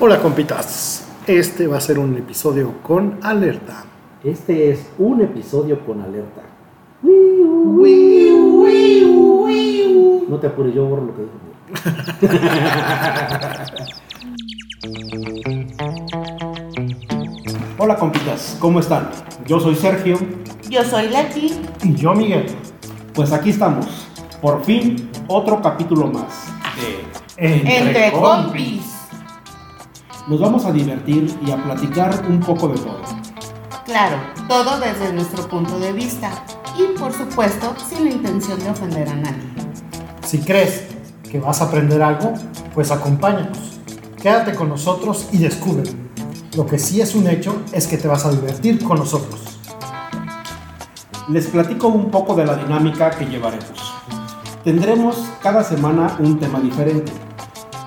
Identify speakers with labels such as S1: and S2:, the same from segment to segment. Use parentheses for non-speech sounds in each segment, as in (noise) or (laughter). S1: Hola compitas, este va a ser un episodio con alerta.
S2: Este es un episodio con alerta. No te apures, yo borro lo que dijo.
S1: Hola compitas, ¿cómo están? Yo soy Sergio
S3: Yo soy Leti.
S4: Y yo, Miguel,
S1: Pues aquí estamos, por fin otro capítulo más.
S4: entre,
S3: Entre
S4: compis.
S3: compis.
S1: Nos vamos a divertir y a platicar un poco de todo.
S3: Claro, todo desde nuestro punto de vista. Y por supuesto, sin la intención de ofender a nadie.
S4: Si crees que vas a aprender algo, pues acompáñanos. Quédate con nosotros y descubre. Lo que sí es un hecho es que te vas a divertir con nosotros.
S1: Les platico un poco de la dinámica que llevaremos. Tendremos cada semana un tema diferente.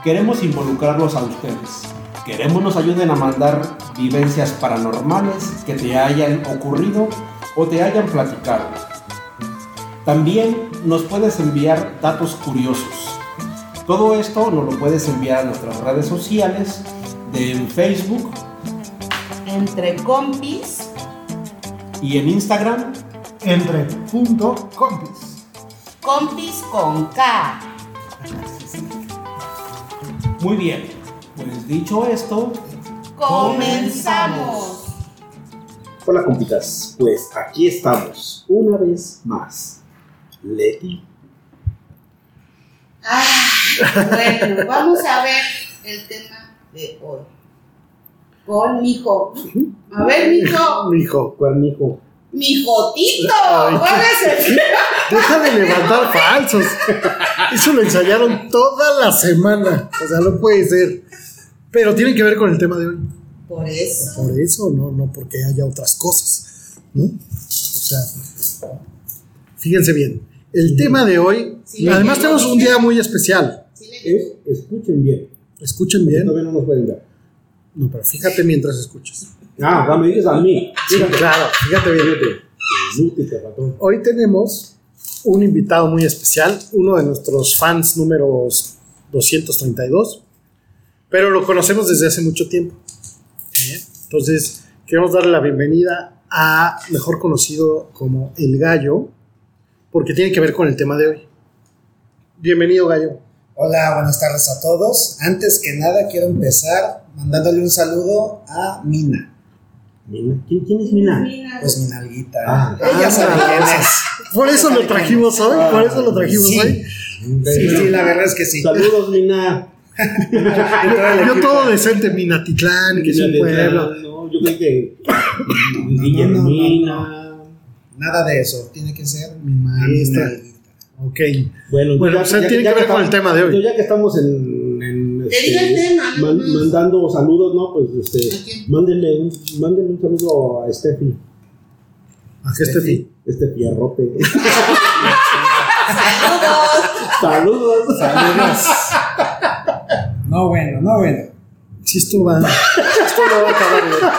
S1: Queremos involucrarlos a ustedes. Queremos nos ayuden a mandar vivencias paranormales que te hayan ocurrido o te hayan platicado. También nos puedes enviar datos curiosos. Todo esto nos lo puedes enviar a nuestras redes sociales de en Facebook
S3: Entre compis.
S1: y en Instagram
S4: Entre punto compis.
S3: Compis con K.
S1: Muy bien, pues dicho esto,
S3: Comenzamos.
S2: Hola, compitas. Pues aquí estamos, una vez más. Leti.
S3: Ah, bueno, vamos a ver el tema de hoy. Con mijo. A ver, mijo.
S1: hijo,
S2: ¿Cuál, mijo?
S3: Mijotito.
S1: Ay,
S3: ¿Cuál es el
S1: deja de levantar falsos.
S5: Eso lo ensayaron toda la semana. O sea, no puede ser. Pero tienen que ver con el tema de hoy.
S3: Por eso.
S5: Por eso, no, no porque haya otras cosas. ¿no? O sea, fíjense bien. El tema de hoy.
S3: Sí,
S5: además,
S3: sí,
S5: tenemos
S3: sí.
S5: un día muy especial.
S3: Sí le-
S2: Es, escuchen bien.
S5: Escuchen bien.
S2: Todavía no nos pueden ver.
S5: No, pero fíjate mientras escuchas.
S2: Ah, va, me dices a mí.
S5: claro, fíjate bien.
S2: Inútil, te ratón.
S5: Hoy tenemos un invitado muy especial, uno de nuestros fans número 232, pero lo conocemos desde hace mucho tiempo. ¿eh? Entonces, queremos darle la bienvenida a mejor conocido como El Gallo, porque tiene que ver con el tema de hoy. Bienvenido, Gallo.
S6: Hola, buenas tardes a todos. Antes que nada quiero empezar mandándole un saludo a Mina,
S2: Mina. ¿Quién, quién es Mina?
S6: pues mi nalguita.
S2: Ah.
S6: Ella sabe quién es.
S5: Por eso lo trajimos hoy, por eso lo trajimos
S6: Sí.
S5: hoy.
S6: Sí, sí, la verdad es que sí.
S2: Saludos, Mina.
S5: Yo todo decente, Minatitlán, que es un pueblo.
S2: No, yo creo que.
S6: (coughs) no,
S2: Guillermina.
S6: Nada de eso, tiene que ser
S5: Mi
S6: a mi
S5: maestra.
S6: nalguita.
S5: Ok.
S2: Bueno,
S5: Bueno, pues, tiene que ver con el tema de hoy.
S2: Ya que estamos en. en,
S3: Te digo el tema, no
S2: man-
S3: más.
S2: mandando saludos, ¿no? Pues este.
S3: ¿A quién?
S2: Mándenle un, mándenle un saludo a Steffi.
S5: ¿A qué este fin?
S2: Este pierrote. (laughs)
S3: Saludos.
S2: saludos.
S6: No bueno, no bueno.
S5: Si esto va. Esto no va a acabar bien.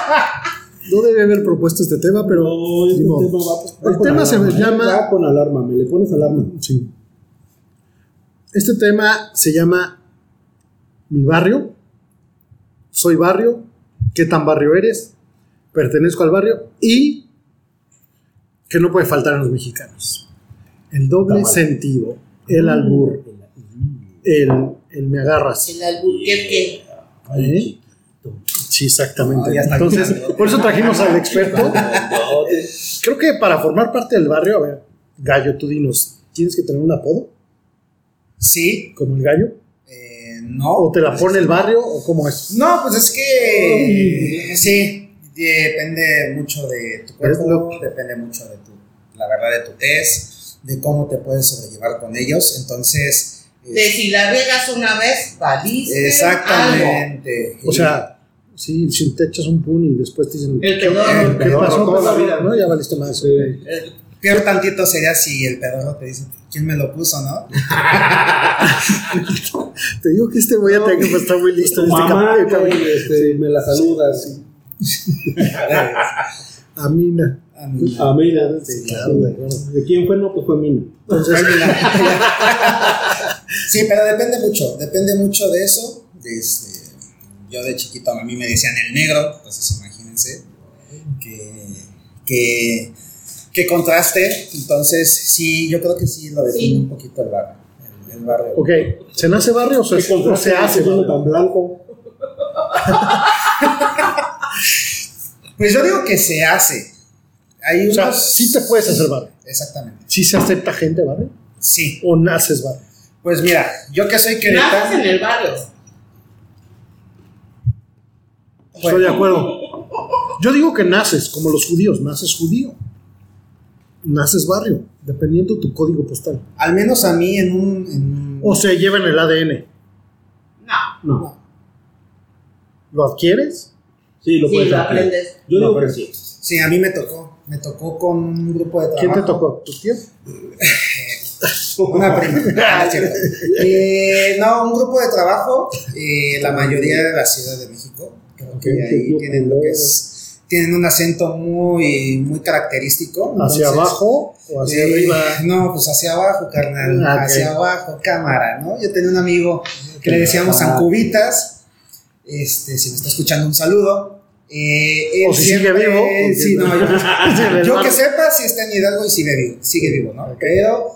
S5: No debe haber propuesto este tema, pero.
S2: No, este
S5: ni modo.
S2: tema va, va
S5: El
S2: con
S5: tema se
S2: alarma, ¿eh?
S5: llama-
S2: Va con alarma, me le pones alarma.
S5: Sí. Este tema se llama Mi barrio. Soy barrio. ¿Qué tan barrio eres? Pertenezco al barrio. Y. Que no puede faltar a los mexicanos. El doble
S2: Tamal.
S5: sentido. El albur.
S2: Mm.
S5: El, el me agarras.
S3: El alburquerque.
S5: ¿eh? Sí, exactamente.
S6: Ah, ya está
S5: Entonces,
S6: gritando.
S5: por eso trajimos al experto. Creo que para formar parte del barrio, a ver, Gallo, tú dinos, ¿tienes que tener un apodo
S6: Sí,
S5: como el gallo?
S6: eh, no.
S5: ¿O te
S2: Ah,
S5: la pone el barrio o cómo es?
S6: No, pues es que eh, sí, depende mucho de tu
S5: Es
S6: cuerpo, depende mucho de tu, la verdad, de tu test, de cómo te puedes sobrellevar con ellos. Entonces, eh,
S3: De si la riegas una vez, valiste. algo.
S6: exactamente.
S5: O sea, sí, si te echas un pun y después te dicen,
S3: El
S5: ¿qué
S3: pedorro.
S5: ¿Qué
S2: pedorro
S5: pasó?
S2: toda la
S5: pedorro?
S2: vida.
S5: No, ya valiste más. ok.
S6: Eh, Peor tantito sería si el pedorro te dice, "Pues, ¿quién me lo puso, no?
S5: Te digo que este voy a tener que estar muy listo en este
S2: Mamá,
S5: capítulo.
S2: güey, este, me la saludas.
S5: A Mina.
S6: A mí.
S5: Ah,
S2: A Mina.
S5: Sí, claro, de acuerdo.
S2: ¿De quién fue? No, pues fue Mina.
S6: (laughs) Sí, pero depende mucho, depende mucho de eso. de este, Yo de chiquito a mí me decían el negro, entonces imagínense que, que, que contraste. Entonces, sí, yo creo que sí lo define
S3: Sí.
S6: un poquito el barrio. El, el barrio.
S5: Ok, ¿se nace barrio o se,
S2: ¿Qué
S5: o
S2: contraste
S5: se hace?
S2: ese mundo
S5: barrio?
S2: tan blanco?
S6: Pues yo digo que se hace. Hay
S5: O sea,
S6: unos-
S5: sí te puedes hacer barrio.
S6: Exactamente.
S5: ¿Sí se acepta gente barrio?
S6: Sí.
S5: ¿O naces barrio?
S6: Pues mira, yo que soy
S3: Naces
S6: queretano.
S3: en el barrio.
S5: Estoy de acuerdo. Yo digo que naces, como los judíos, naces judío. Naces barrio, dependiendo tu código postal.
S6: Al menos a mí en un. en-
S5: O se lleva en el ADN.
S3: No,
S2: No.
S5: ¿Lo adquieres?
S2: Sí, lo
S3: sí,
S2: puedes
S3: lo
S2: hacer.
S3: aprendes.
S2: Yo
S5: No,
S2: digo que
S5: pero-
S2: sí.
S6: Sí, a mí me tocó. Me tocó con un grupo de trabajo.
S5: ¿Quién te tocó? ¿Tu tío?
S6: (laughs) Una prima. Ah,
S5: (laughs)
S6: es cierto. Eh, no, un grupo de trabajo, eh, la mayoría de la Ciudad de México. Creo que ahí tienen lo que es. Tienen un acento muy, muy característico.
S5: ¿Hacia
S6: entonces,
S5: abajo o hacia
S6: eh,
S5: arriba?
S6: No, pues hacia abajo, carnal.
S5: Ah, ok.
S6: Hacia abajo, cámara, ¿no? Yo tenía un amigo que le decíamos
S2: Ah.
S6: Ancubitas. Este, si me está escuchando, un saludo. Eh, él
S5: O si sigue
S6: siempre-
S5: vivo,
S6: eh, Sí,
S5: porque- (laughs)
S6: no, yo,
S5: Sí, ¿verdad?
S6: yo que sepa si está en Hidalgo y sigue vivo, sigue vivo ¿no? Pero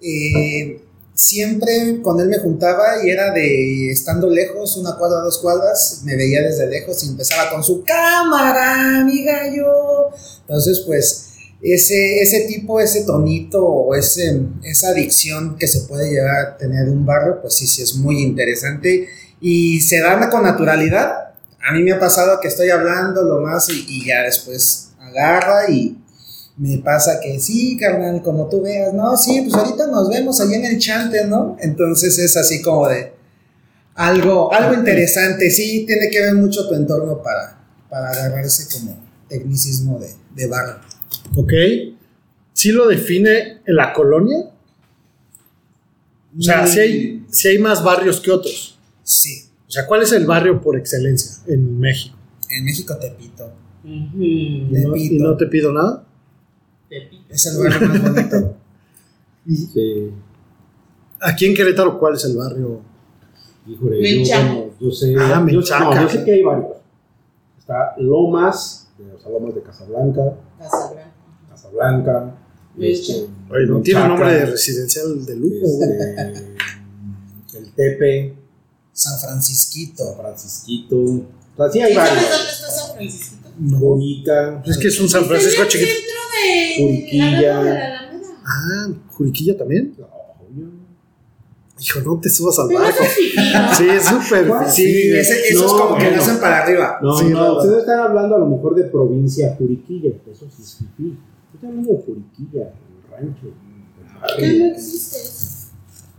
S6: eh, siempre con él me juntaba y era de estando lejos, una cuadra, dos cuadras, me veía desde lejos y empezaba con su cámara, mi gallo. Entonces, pues ese, ese tipo, ese tonito o ese, esa adicción que se puede llegar a tener un barrio, pues sí, sí es muy interesante y se dan con naturalidad. A mí me ha pasado que estoy hablando lo más y, y ya después agarra y me pasa que sí, carnal, como tú veas, no, sí, pues ahorita nos vemos allí en el chante, ¿no? Entonces es así como de algo, algo interesante, sí, tiene que ver mucho tu entorno para, para agarrarse como tecnicismo de, de barrio.
S5: Ok. ¿Sí lo define en la colonia? O sea,
S6: Mm,
S5: si hay, sí hay más barrios que otros.
S6: Sí,
S5: O sea, ¿cuál es el barrio por excelencia en México?
S6: en México Tepito.
S5: ¿Y no, y
S6: Tepito.
S5: no te pido nada?
S6: Es el lugar más bonito.
S2: Sí.
S5: Aquí en Querétaro, ¿cuál es el barrio?
S2: Híjole, yo,
S3: Menchaca.
S2: bueno, yo sé.
S5: Ah,
S2: yo,
S5: Menchaca.
S2: no, yo sé que hay varios. Está Lomas, de- o sea, Lomas de Casablanca,
S3: Casablanca.
S2: Casablanca.
S3: Menchaca.
S2: este,
S5: Oye, no tiene
S2: Menchaca,
S5: nombre de residencial de lujo. güey.
S2: este, El Tepe,
S6: San
S2: San
S6: Francisquito.
S2: Francisquito. O sea, sí hay
S3: ¿Y sabes dónde
S2: varios.
S3: está San Francisco?
S2: Borica.
S5: Es que es un San Francisco
S3: Está en el
S5: chiquito.
S3: centro de
S2: Juriquilla.
S3: al lado de la Alameda.
S5: Ah, Juriquilla también.
S2: No, obvio.
S5: Hijo, no te subas al
S3: Pero
S5: barco.
S3: eso es fifí, ¿no?
S5: Sí, es súper.
S2: ¿Cuál?
S5: sí,
S6: Sí,
S5: güey.
S6: ese- eso
S2: No,
S6: es como que
S2: bueno.
S6: lo hacen para arriba.
S2: No,
S5: Sí,
S2: no,
S5: no.
S2: ustedes están hablando a lo mejor de provincia Juriquilla, eso sí es fifí. Yo estoy hablando de Juriquilla, el rancho. el barrio.
S3: Ya no existe eso.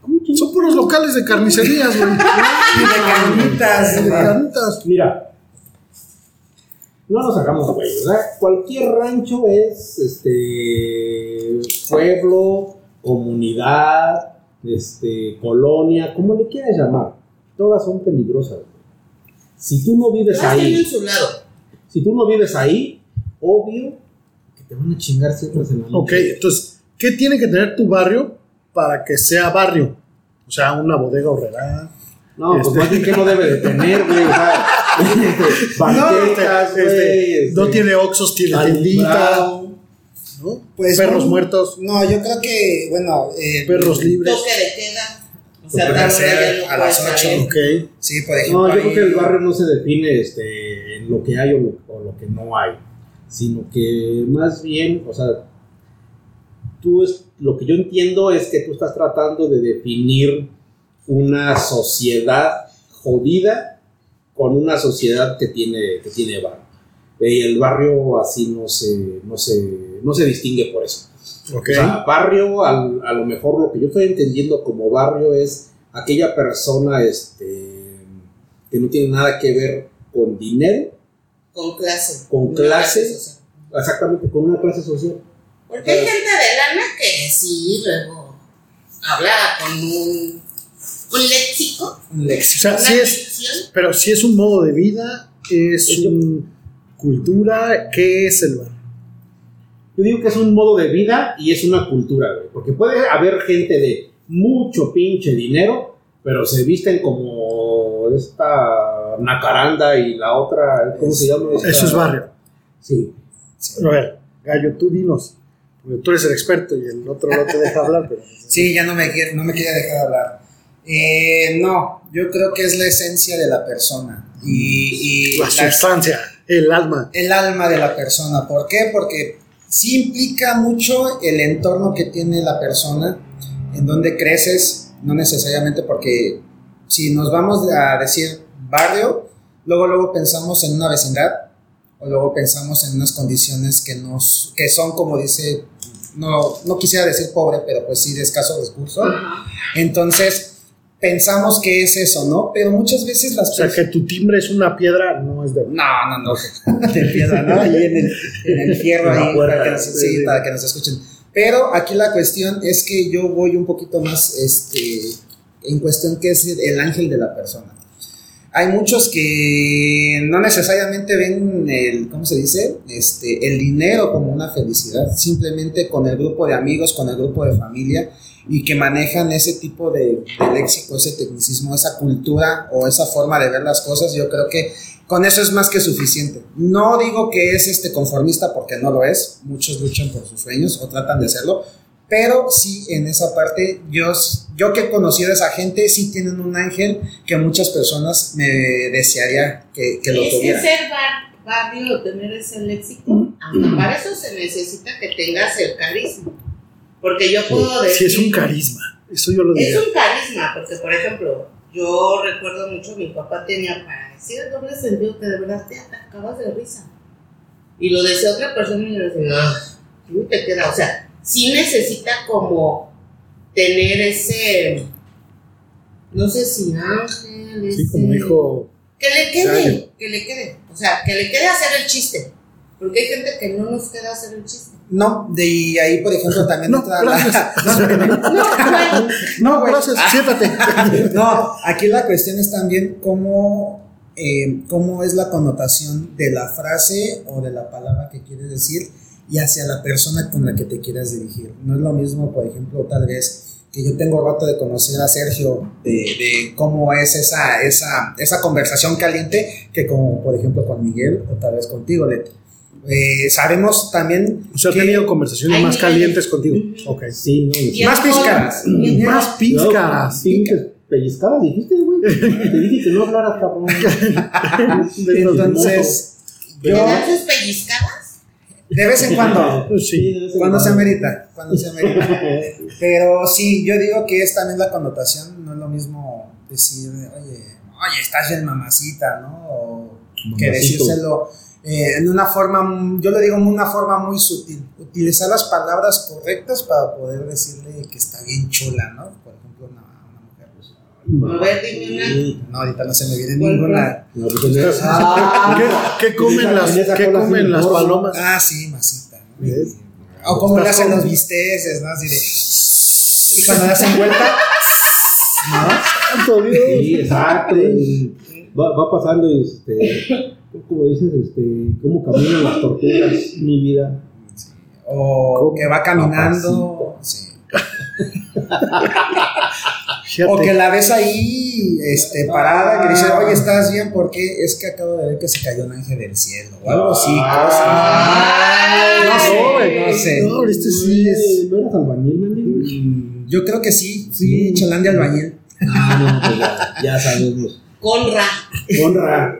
S2: ¿Cómo chingados?
S5: Son puros locales de carnicerías, güey.
S6: Y de carnitas.
S5: De
S6: ¿no?
S5: carnitas.
S2: Mira, no nos hagamos güey, ¿verdad? Cualquier rancho es este pueblo, comunidad, este colonia, como le quieras llamar. Todas son peligrosas. güey. Si tú no vives
S3: Todas
S2: ahí,
S3: tienen su lado.
S2: si tú no vives ahí, obvio que te van a chingar siempre en la noche.
S5: Ok, entonces, ¿qué tiene que tener tu barrio para que sea barrio? O sea, una bodega horrera.
S2: No,
S5: Este-
S2: pues más bien que no debe de tener, güey.
S5: (laughs)
S2: O sea, (laughs) este, banquetas,
S5: este,
S2: güey, este,
S5: No tiene oxos, tiene tiendita.
S2: alumbrado.
S5: ¿no?
S6: Pues,
S5: Perros
S6: no.
S5: muertos,
S6: No, yo creo que, bueno. eh,
S5: perros libres.
S3: Toque de queda. O
S6: Lo
S3: sea,
S6: pueden
S3: tal
S6: hacer
S3: hora ya no
S6: a las
S3: puedes
S6: ocho.
S3: salir.
S5: Ok.
S6: pues, Sí, por ejemplo.
S2: No, yo creo
S6: ahí-
S2: que el barrio no se define este, en lo que hay o lo, o lo que no hay, sino que más bien, o sea, tú es, lo que yo entiendo es que tú estás tratando de definir una sociedad jodida con una sociedad que tiene, que tiene barrio. Y el barrio así no se, no se, no se distingue por eso.
S5: Ok.
S2: O sea, barrio, al- a lo mejor lo que yo estoy entendiendo como barrio es aquella persona este, que no tiene nada que ver con dinero,
S3: Con clase.
S2: Con
S3: Una
S2: clase.
S3: social.
S2: exactamente con una clase social.
S3: Porque hay gente de lana que sí, luego habla con un, un léxico,
S6: Un léxico.
S5: O sea,
S3: una
S5: sí es,
S3: dicción.
S5: pero si es un modo de vida, es
S2: Yo-
S5: una cultura, ¿qué es el barrio?
S2: Yo digo que es un modo de vida y es una cultura, güey, porque puede haber gente de mucho pinche dinero, pero se visten como esta Nacaranda y la otra, ¿cómo se llama? esta?
S5: Eso es barrio.
S2: Sí.
S5: A ver, Gallo, tú dinos. Porque tú eres el experto y el otro no te deja hablar, pero.
S6: Sí, ya no me, quiere- no me quería dejar hablar. Eh, no, yo creo que es la esencia de la persona y, y
S5: La
S6: la-
S5: sustancia, el alma.
S6: el alma de la persona. ¿Por qué? Porque sí implica mucho el entorno que tiene la persona, en donde creces, no necesariamente porque si nos vamos a decir barrio, luego luego pensamos en una vecindad o luego pensamos en unas condiciones que nos que son como dice no no quisiera decir pobre, pero pues sí de escaso recurso. Entonces, pensamos que es eso, ¿no? Pero muchas veces las
S5: O sea, que tu timbre es una piedra, no es de.
S6: no, no, no. (laughs) De piedra, ¿no? Ahí en el, en el fierro,
S5: En la
S6: ahí,
S5: puerta.
S6: para, que nos, sí,
S5: Sí, sí.
S6: para que nos escuchen. Pero aquí la cuestión es que yo voy un poquito más este, en cuestión que es el ángel de la persona. Hay muchos que no necesariamente ven el, ¿cómo se dice? Este, el dinero como una felicidad, simplemente con el grupo de amigos, con el grupo de familia, y que manejan ese tipo de, de léxico, ese tecnicismo, esa cultura o esa forma de ver las cosas, yo creo que con eso es más que suficiente. No digo que es este conformista porque no lo es, muchos luchan por sus sueños o tratan de hacerlo, pero sí en esa parte yo, s- yo que he conocido a esa gente, sí tienen un ángel que muchas personas me desearía que, que lo
S3: es que
S6: tuvieran.
S3: ser bar- barrio o tener ese léxico, aunque para eso se necesita que tengas el carisma. Porque yo puedo
S5: Si
S3: decir.
S5: es un carisma. Eso yo lo
S3: Es
S5: diría.
S3: un carisma, porque por ejemplo, yo recuerdo mucho, mi papá tenía para decir el doble sentido que de verdad te acabas de risa. Y lo decía otra persona y yo decía, no, ¿quién te queda? O sea, sí necesita como tener ese, no sé si ángel,
S5: Sí,
S3: ese-
S5: como dijo.
S3: que le quede,
S5: Gallo.
S3: que le quede. O sea, que le quede hacer el chiste. Porque hay gente que no nos queda hacer el
S2: (laughs)
S3: chiste.
S6: No, de ahí, por ejemplo, también
S5: No,
S6: entra la-
S3: No, bueno,
S5: No, gracias, siéntate.
S6: No, aquí la cuestión es también cómo, eh, cómo es la connotación de la frase o de la palabra que quieres decir y hacia la persona con la que te quieras dirigir. No es lo mismo, por ejemplo, tal vez que yo tengo rato de conocer a Sergio, de, de cómo es esa, esa, esa conversación caliente, que como por ejemplo con Miguel o tal vez contigo, Leti. Eh, sabemos también
S5: O sea, he
S6: que-
S5: tenido conversaciones
S3: Ay,
S5: más
S3: mira.
S5: calientes contigo.
S3: Ujú.
S5: Ok.
S2: Sí, no.
S3: Y
S6: más
S3: ahora-
S6: pizcas.
S3: y ahora-
S5: Más pizcas.
S2: Pinches pellizcadas, dijiste, güey. Te dije que no hablaras,
S6: (laughs)
S2: cabrón.
S6: entonces
S3: ¿Le
S6: yo
S3: dan sus pellizcadas?
S6: de vez
S5: (laughs)
S6: en cuando
S5: Sí.
S6: cuando se amerita cuando se amerita Pero sí, yo digo que es también la connotación, no es lo mismo decir, oye, oye, estás bien mamacita, ¿no? O que
S2: Mamacito.
S6: decírselo eh, en una forma, mm, yo le digo en una forma muy sutil, utilizar las palabras correctas para poder decirle que está bien chula, ¿no? Por ejemplo, una, una mujer. pues,
S3: A ver, dime una.
S6: no, ahorita no se me viene
S3: ¿Cuál,
S6: ninguna.
S2: No, pues, en esa-
S5: Ah, ¿Qué, qué comen
S2: Ah, En
S5: las,
S2: esa
S5: qué
S2: cola
S5: comen
S2: sin
S5: las
S2: gorro.
S5: palomas?
S6: Ah, sí, masita. ¿no?
S5: ¿Ves?
S6: O como
S5: Estás
S6: le hacen
S5: con-
S6: los bisteces, ¿no? Así de- Y cuando le hacen vuelta, ¿no?
S2: Sí, exacto. y Va, va pasando, este, como dices, este, cómo caminan las tortugas, mi vida.
S6: o que va caminando, sí.
S5: Fíjate.
S6: o que la ves ahí este, parada y que dice, oye, ¿estás bien? Porque es que acabo de ver que se cayó un ángel del cielo, o algo así, cosas.
S3: Ay,
S6: No sé, no
S5: No,
S6: sé.
S5: ahorita sí es.
S2: ¿No eras albañil, Mandy?
S6: Mm, Yo creo que sí, fui chalán de albañil.
S2: Ah, no, pues ya, ya sabemos.
S3: Conra.
S2: Honra, honra,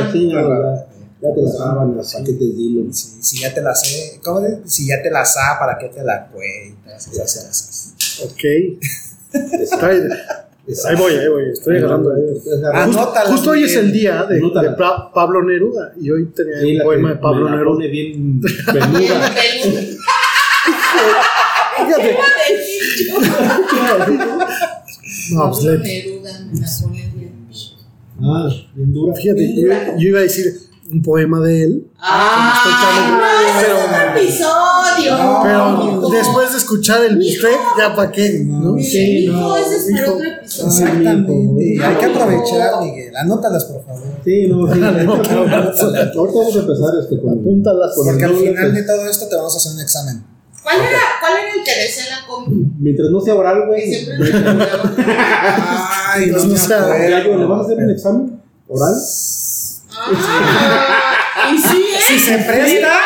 S3: Honra.
S2: sí, no, ya, ya te las sábanas, ¿para qué te digo?
S6: Sí, si ya te la sé, ¿cómo de? Si ya te la sé, ¿para qué te la cuentas? Esas cosas.
S5: Ok. Trae- Ahí voy, ahí voy. Estoy agarrando. ahí.
S2: Anótala,
S5: Justo, justo hoy es el día de,
S2: Anótala.
S5: de Pa- Pablo Neruda. Y hoy tenía
S2: Sí,
S5: el
S2: la
S5: poema
S2: que
S5: de Pablo
S2: me la
S5: Neruda.
S2: pone bien peluda. (laughs)
S3: Pelú.
S5: Fíjate. No, pues,
S3: Pablo
S5: le-
S3: Neruda me la pone bien.
S2: Ah, bien dura.
S5: fíjate, yo, yo iba a decir un poema de él.
S3: Ah,
S5: estoy
S3: no,
S5: tan-
S3: ese es otro episodio.
S5: Pero
S3: Hijo.
S5: después de escuchar el bistec, ya para qué. ¿no?
S3: Sí,
S2: Sí,
S3: hijo,
S2: no,
S3: ese es para
S2: hijo.
S3: otro episodio.
S6: Exactamente.
S2: hijo.
S6: Hay que aprovechar, Miguel. Anótalas, por favor.
S2: Sí, no,
S6: (laughs)
S2: sí. ahorita,
S5: no,
S2: ahorita vamos a empezar este con
S5: Apúntalas.
S2: con el
S6: Porque al
S2: doble,
S6: final de
S2: pues,
S6: todo esto te vamos a hacer un examen.
S3: ¿Cuál era, ¿Cuál era el que decía la combi?
S2: Mientras no sea oral,
S3: Que
S2: güey. (laughs)
S3: siempre me preguntaban.
S2: Ah,
S6: Ay,
S5: no me
S2: Gallo, ¿le vas a hacer un examen? oral.
S3: Ah, y sí, ¿eh?
S6: Si se presta,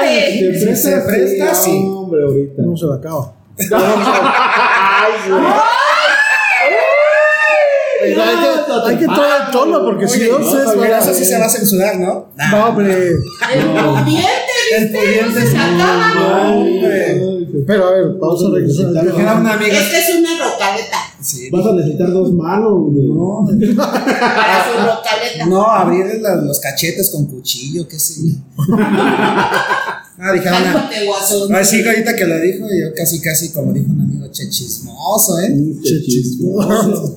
S3: Espérate.
S6: si se presta,
S2: sí.
S6: sí.
S2: Hombre, ahorita.
S5: No se la acaba.
S2: Ay, güey.
S5: Hay que, hay que entrar al tono porque si
S6: Oye,
S5: no,
S6: no,
S5: se
S6: pero
S5: desbarata.
S6: eso sí se va a censurar, ¿no?
S5: No, hombre.
S3: El pudiente,
S6: El
S3: ¿viste? No
S6: pudiente
S3: se
S6: es-
S3: sacaba.
S6: Hombre.
S5: Pero a ver, vamos a regresar.
S6: Era un amigo.
S3: Esta es una rocaleta.
S6: Sí.
S2: Vas a necesitar dos manos, güey.
S6: No,
S3: Para su rocaleta.
S6: no abrir la- los cachetes con cuchillo, qué sé
S2: (laughs)
S6: yo. Ah, dijeron. ah,
S3: Cálmate, guasón.
S6: Así que ahorita que lo dijo, yo casi, casi como dijo un amigo, che chismoso, ¿eh?
S2: Che, (laughs) chismoso.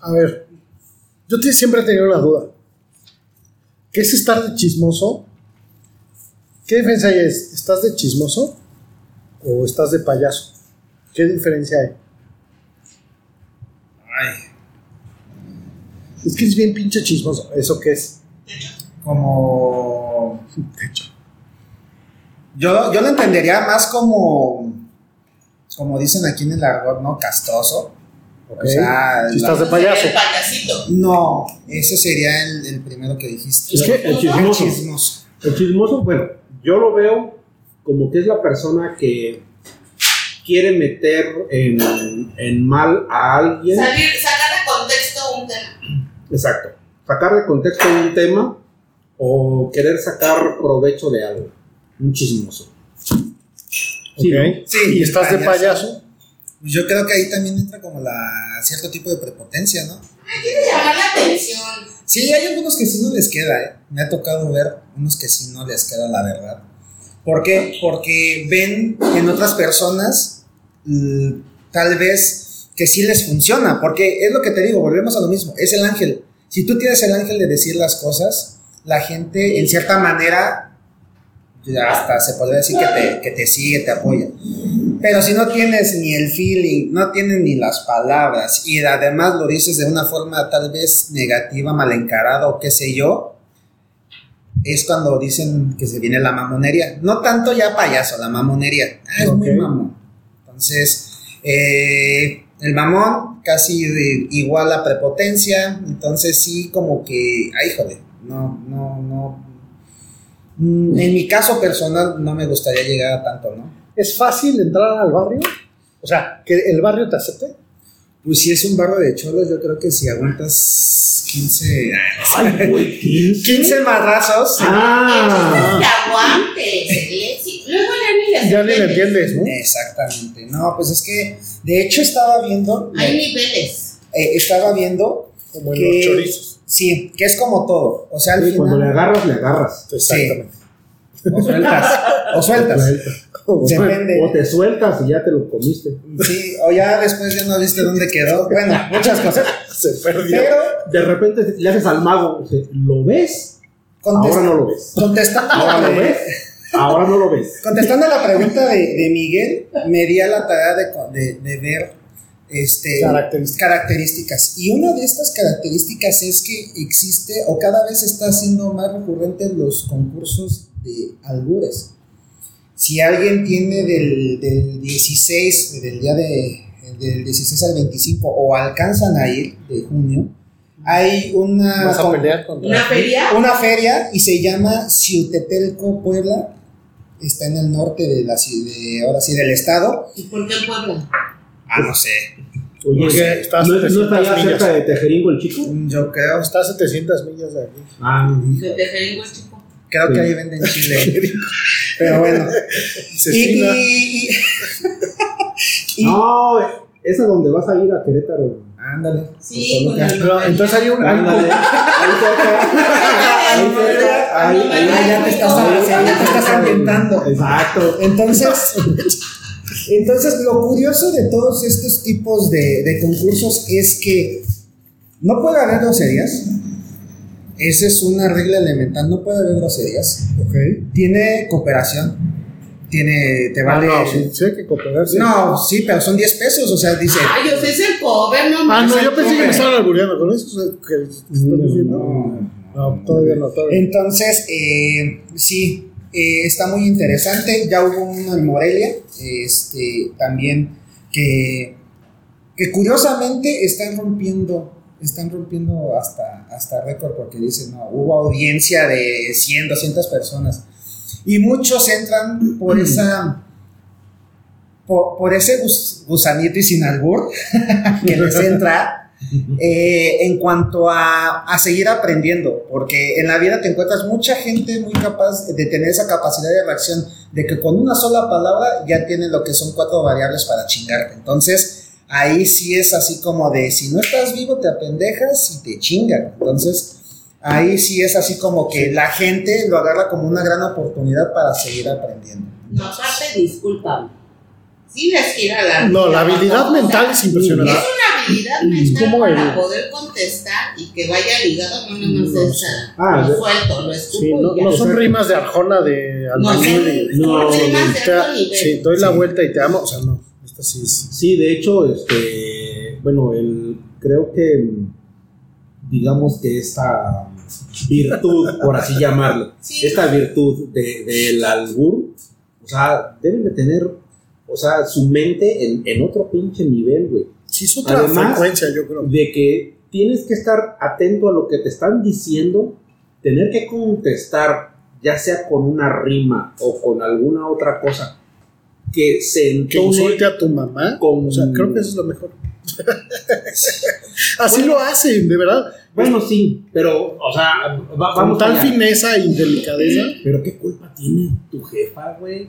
S5: A ver, yo te- siempre he tenido una duda. ¿Qué es estar de chismoso? ¿Qué diferencia hay? es? ¿Estás de chismoso o estás de payaso? ¿Qué diferencia hay? Es que es bien pinche chismoso. ¿Eso qué es?
S6: Como. Yo, yo lo entendería más como. Como dicen aquí en el argot, ¿no? Castoso.
S5: ¿ok?
S6: O sea,
S5: si
S6: la-
S5: estás de payaso.
S3: El payasito.
S6: No, ese sería el, el primero que dijiste.
S2: Es que el
S6: El
S2: chismoso.
S6: chismoso.
S2: El chismoso, bueno, yo lo veo como que es la persona que quiere meter en, en mal a alguien.
S3: Salir, sacar de contexto un tema.
S2: Exacto. Sacar de contexto un tema o querer sacar provecho de algo. Un chismoso. Sí,
S5: ¿ok?
S2: ¿no?
S6: Sí,
S5: y estás de payaso.
S6: Yo creo que ahí también entra como la cierto tipo de prepotencia, ¿no?
S3: Quiere llamar la atención.
S6: Sí, hay algunos que sí no les queda, ¿eh? Me ha tocado ver unos que sí no les queda, la verdad. ¿Por qué? Porque ven en otras personas mm, tal vez que sí les funciona, porque es lo que te digo, volvemos a lo mismo, es el ángel. Si tú tienes el ángel de decir las cosas, la gente en cierta manera ya hasta se podría decir que te, que te sigue, te apoya. Pero si no tienes ni el feeling, no tienes ni las palabras y además lo dices de una forma tal vez negativa, mal encarada o qué sé yo, es cuando dicen que se viene la mamonería. No tanto ya payaso, la mamonería. Ah, es muy
S5: Ok.
S6: mamón. Entonces, eh, el mamón casi de- igual a prepotencia. Entonces, sí, como que, ay, joder, no, no, no. Mm, En mi caso personal, no me gustaría llegar a tanto, ¿no?
S5: ¿Es fácil entrar al barrio? O sea, que el barrio te acepte.
S6: Pues si es un barro de cholos, yo creo que si aguantas 15,
S2: Ay, güey, ¿qué?
S6: 15 madrazos.
S3: Entonces,
S2: Ah,
S3: que aguantes, el éxito. Luego ya ni le
S5: Ya ni le entiendes, ¿no?
S6: Eh, Exactamente. No, pues es que, de hecho, estaba viendo,
S3: Hay niveles.
S6: eh, estaba viendo
S5: Como en
S6: que,
S5: los chorizos.
S6: sí, que es como todo. O sea, al
S2: sí, cuando le
S6: final,
S2: agarras, le agarras.
S5: Exactamente.
S6: o sueltas, o sueltas.
S5: O sea,
S6: Depende.
S2: O te sueltas y ya te lo comiste.
S6: Sí, o ya después ya no viste dónde quedó. Bueno, muchas cosas.
S5: Se (laughs) perdió.
S6: Pero
S2: De repente le haces al mago, o sea, ¿lo ves?
S6: contest-
S2: Ahora no lo ves.
S6: contestando,
S2: Ahora ¿eh? lo ves. Ahora no lo ves.
S6: contestando la pregunta de, de Miguel, me di a la tarea de, co- de- de ver este,
S5: Características.
S6: características. Y una de estas características es que existe o cada vez está siendo más recurrente los concursos de albures. Si alguien tiene del, del 16, del día de, del 16 al 25 o alcanzan a ir de junio, hay una...
S5: Vas a
S6: con-
S5: pelear contra.
S3: Una feria.
S6: ah, una feria y se llama Ciutetelco Puebla. Está en el norte de la ciudad, ahora sí, del estado.
S3: ¿Y por qué el pueblo?
S6: Ah, no sé.
S2: Oye,
S5: Porque estás
S2: ¿no, no está
S5: 700
S2: allá
S5: millas.
S2: cerca de Tejeringo el chico?
S6: Mm, Yo creo.
S5: Está a 700 millas de aquí.
S2: Ah,
S3: De Tejeringo el chico.
S6: Creo que ahí venden (laughs) chile. Pero bueno. Y,
S5: Cecina.
S6: y- y- Y-
S2: No, es a donde vas a ir a Querétaro.
S6: Ándale.
S3: Sí,
S6: Pues,
S3: con
S6: coloca-
S3: el
S5: Pero, entonces hay un. hay un-
S2: Ándale. Ahí cerca. Ahí cerca. Ahí, ahí,
S6: Ah, ya te estás, ya te estás ambientando.
S2: Exacto.
S6: Entonces, (laughs) entonces lo curioso de todos estos tipos de, de concursos es que no puede haber groserías. Esa es una regla elemental, no puede haber groserías. Tiene cooperación. Tiene, te
S5: Ah,
S6: vale.
S5: no, sí, sí hay que cooperarse.
S6: No, sí, pero son 10 pesos, o sea, dice.
S3: Ay, o sea, es el cover, no
S5: Ah,
S3: más.
S5: no, yo pensé que me estaban albureando con eso. que- que están diciendo.
S6: No,
S5: No, todavía no, todavía no.
S6: Entonces, eh, sí, eh, está muy interesante. Ya hubo uno en Morelia, este, también, que, que curiosamente están rompiendo están rompiendo hasta, hasta récord porque dicen, no, hubo audiencia de 100, 200 personas. Y muchos entran por esa... Por, por ese gus- gusanito y sin albur (laughs) que les entra eh, en cuanto a, a seguir aprendiendo, porque en la vida te encuentras mucha gente muy capaz de tener esa capacidad de reacción, de que con una sola palabra ya tienen lo que son cuatro variables para chingarte. Entonces, ahí sí es así como de si no estás vivo te apendejas y te chingan. Entonces, ahí sí es así como que la gente lo agarra como una gran oportunidad para seguir aprendiendo.
S3: No, aparte, discúlpame. Sí les gira la.
S5: No, la habilidad
S3: O sea,
S5: mental es impresionante.
S3: Es una habilidad
S5: ¿Cómo
S3: mental para
S5: el-
S3: poder contestar y que vaya ligado no
S5: Mm,
S3: nada más de esa.
S2: Ah,
S3: lo
S2: de-
S3: suelto, lo escupo
S5: Sí, no,
S3: y ya.
S5: no son rimas de Arjona de Albañil y-
S3: No,
S5: no,
S3: son rimas de
S5: te-
S3: alto nivel.
S5: sí, doy la vuelta y te amo. O sea, no. Esta sí es.
S2: Sí, de hecho, este, bueno, el, creo que mm, digamos que esta virtud, por así llamarlo,
S3: Sí.
S2: esta virtud de- del albur, o sea, deben de tener, o sea, su mente en, en otro pinche nivel, güey.
S5: Sí, es otra
S2: Además-
S5: frecuencia, yo creo.
S2: De que tienes que estar atento a lo que te están diciendo, tener que contestar, ya sea con una rima o con alguna otra cosa, que se
S5: Que
S2: entone
S5: insulte a tu mamá.
S2: con...
S5: O sea, creo que eso es lo mejor. (laughs) Así lo hacen, de verdad.
S2: Bueno, sí, pero, o sea, va-
S5: Con
S2: vamos
S5: tal
S2: allá.
S5: fineza y delicadeza.
S2: Pero qué culpa tiene tu jefa, güey.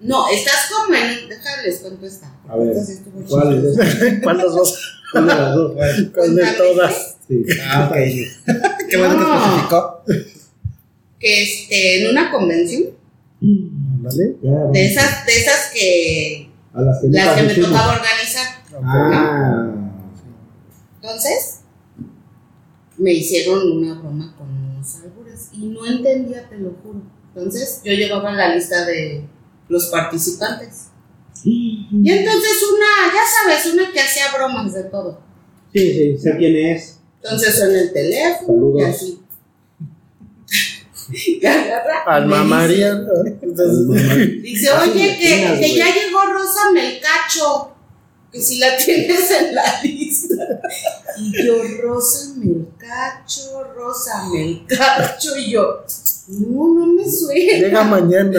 S3: No, estás conveniente. Déjales cuánto está.
S5: Ah,
S2: A ver,
S3: Entonces, tú me
S2: ¿Cuál es?
S5: ¿Cuántas vas?
S2: Una de las dos.
S5: ¿Cuál de
S3: Cuéntame,
S5: todas?
S2: Sí.
S6: Ah, ok. Qué bueno que
S3: No.
S6: especificó.
S3: Ah, Que este, en una convención,
S5: ¿Vale?
S2: Ya, vamos.
S3: de esas, de esas que.
S2: A las que,
S3: Las
S2: nunca
S3: que me
S2: dijimos.
S3: tocaba organizar.
S2: Ah,
S3: Entonces, me hicieron una broma con unos albures y no entendía, te lo juro. Entonces, yo llevaba la lista de los participantes.
S2: sí,
S3: Y entonces una, ya sabes, una que hacía bromas de todo.
S2: sí, sé quién es.
S3: Entonces suena el teléfono
S2: Saludos.
S3: y así. (laughs) Y agarra, me
S5: Alma
S3: dice-
S5: María. Entonces,
S3: Dice, oye, que,
S2: Argentinas,
S3: que ya
S2: güey.
S3: llegó Rosa Melcacho. Que si la (laughs) tienes en la lista. Y yo, Rosa Melcacho, Rosa Melcacho. Y yo, no, no me suena.
S5: Llega mañana.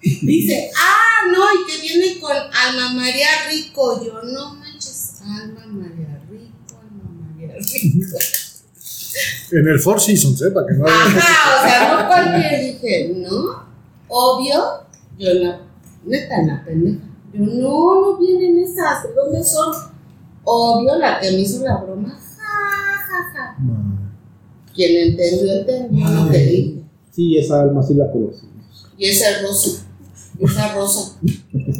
S3: Dice, ah, no, y que viene con Alma María Rico. Yo, no manches, Alma María Rico, Alma María Rico.
S5: En el Four Seasons, ¿eh? Para que
S3: Ah,
S5: no haya-
S3: Ajá, o
S5: (laughs)
S3: sea, no cualquier dije, no, obvio, yo en la, neta, en la pendeja, yo no, no vienen esas, ¿de dónde son? Obvio, la que me hizo la broma, ja, ja, ja. Quien entendió, entendió lo que dije.
S2: Sí, esa alma sí la conocimos.
S3: Y esa rosa, esa rosa.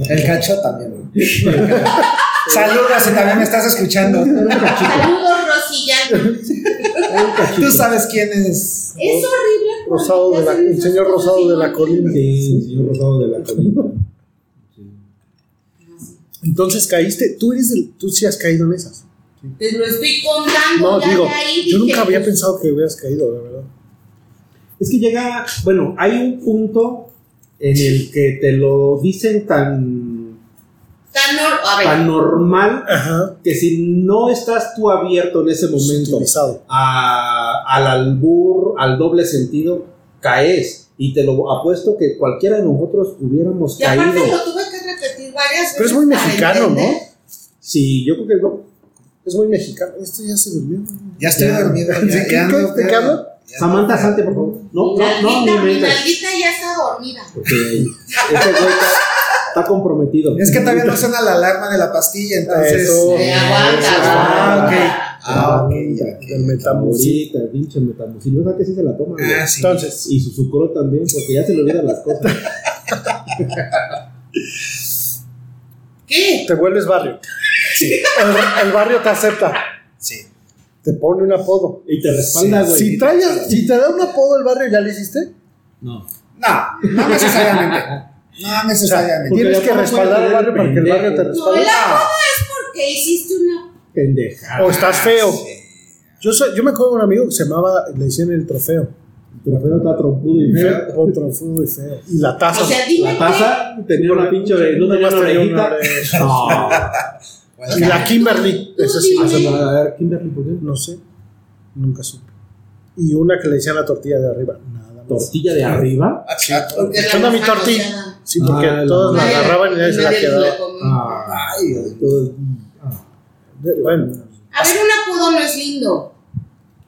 S6: El cacho también. güey. Saludos si también me estás escuchando.
S3: Saludos,
S5: (laughs)
S3: Rosillana.
S6: Tú sabes quién es.
S3: Es horrible. cuando
S5: Rosado
S3: te
S5: de la-
S3: hacen
S5: el
S3: esas
S5: señor
S3: cosas
S5: Rosado
S3: y
S5: de
S3: no
S5: la Colina.
S2: Sí, el señor Rosado de la (laughs) Colina. Sí.
S5: Entonces caíste. Tú eres del- Tú sí has caído en esas.
S3: Te lo estoy contando.
S5: No,
S3: ya
S5: digo,
S3: de ahí
S5: yo
S3: dije,
S5: nunca había
S3: pues,
S5: pensado que hubieras caído, de verdad.
S2: Es que llega, bueno, hay un punto en el que te lo dicen tan,
S3: Tan nor- a ver,
S2: tan normal
S5: Ajá.
S2: que si no estás tú abierto en ese momento
S5: Utilizado.
S2: a- al albur, al doble sentido, caes. Y te lo apuesto que cualquiera de nosotros hubiéramos
S3: y aparte
S2: caído.
S3: lo tuve que repetir varias veces.
S5: Pero es muy
S3: para
S5: mexicano, ¿no?
S3: entender.
S2: Sí, yo creo que no.
S5: Es muy mexicano. Esto ya se durmió.
S6: Ya estoy
S2: Ya.
S6: dormido.
S5: (laughs)
S6: ya-
S5: ¿Sí?
S6: ya
S5: ¿Qué- ¿Este
S6: ando-
S5: qué- de qué hablo?
S6: ya-
S2: Samantha, salte, por favor. No, no, no,
S3: mi
S2: no,
S3: nalguita, mi
S2: vengas.
S3: nalguita ya está dormida.
S2: Ok, Ese güey está, está comprometido.
S6: Es que todavía no suena la alarma de la pastilla, entonces.
S5: Eso.
S3: Eh, aguanta,
S2: Ah,
S3: aguanta.
S6: Ah, ok, ya, ok.
S5: Del metamucil.
S2: Ahorita, pinche metamucil. ¿Verdad que sí se la toma? güey?
S6: Ah, sí.
S5: Entonces,
S2: Y su sucro también, porque ya se le olvidan las cosas.
S3: ¿Qué?
S5: te vuelves barrio. El, el barrio te acepta.
S6: Sí.
S5: Te pone un apodo.
S2: Y te respalda, güey.
S5: Si, traes- si te da un apodo el barrio, ¿ya le hiciste?
S2: No.
S6: No, no necesariamente. No necesariamente.
S5: Tienes
S2: Porque
S5: que
S2: la
S5: respaldar al
S2: puede
S5: barrio para que el
S2: pendejo.
S5: barrio te
S3: No, el
S5: respalde.
S3: apodo es porque hiciste una.
S2: Pendejada.
S5: O estás feo.
S6: Sí.
S5: Yo, soy- yo me acuerdo de un amigo que se llamaba, le decían el trofeo.
S2: Pero feo está trompudo y feo.
S5: Feo, otro feo y feo. Y la taza.
S3: O sea, dime
S2: La taza tenía una pinche. No
S5: Nada
S2: tenía
S5: más
S2: una
S5: tenía
S2: (laughs) orejita.
S5: una oreja.
S2: No.
S5: Y la Kimberly. Esa sí.
S2: Ah, se va a ver, Kimberly, ¿por qué?
S5: No sé. Nunca supe. Y una que le decían la tortilla de arriba. Nada más.
S2: ¿Tortilla de arriba?
S6: Ah,
S3: Porque la
S5: Echando mi
S3: masa
S5: tortilla.
S3: rociada.
S5: Sí, porque
S2: Ah,
S5: todos la
S3: Nadie-
S5: agarraban y nadie se la
S3: nadie
S5: quedaba.
S3: comía.
S2: Ah,
S6: Ay, Dios.
S2: todo-
S5: De- Bueno.
S3: A ver, un apodo no es lindo.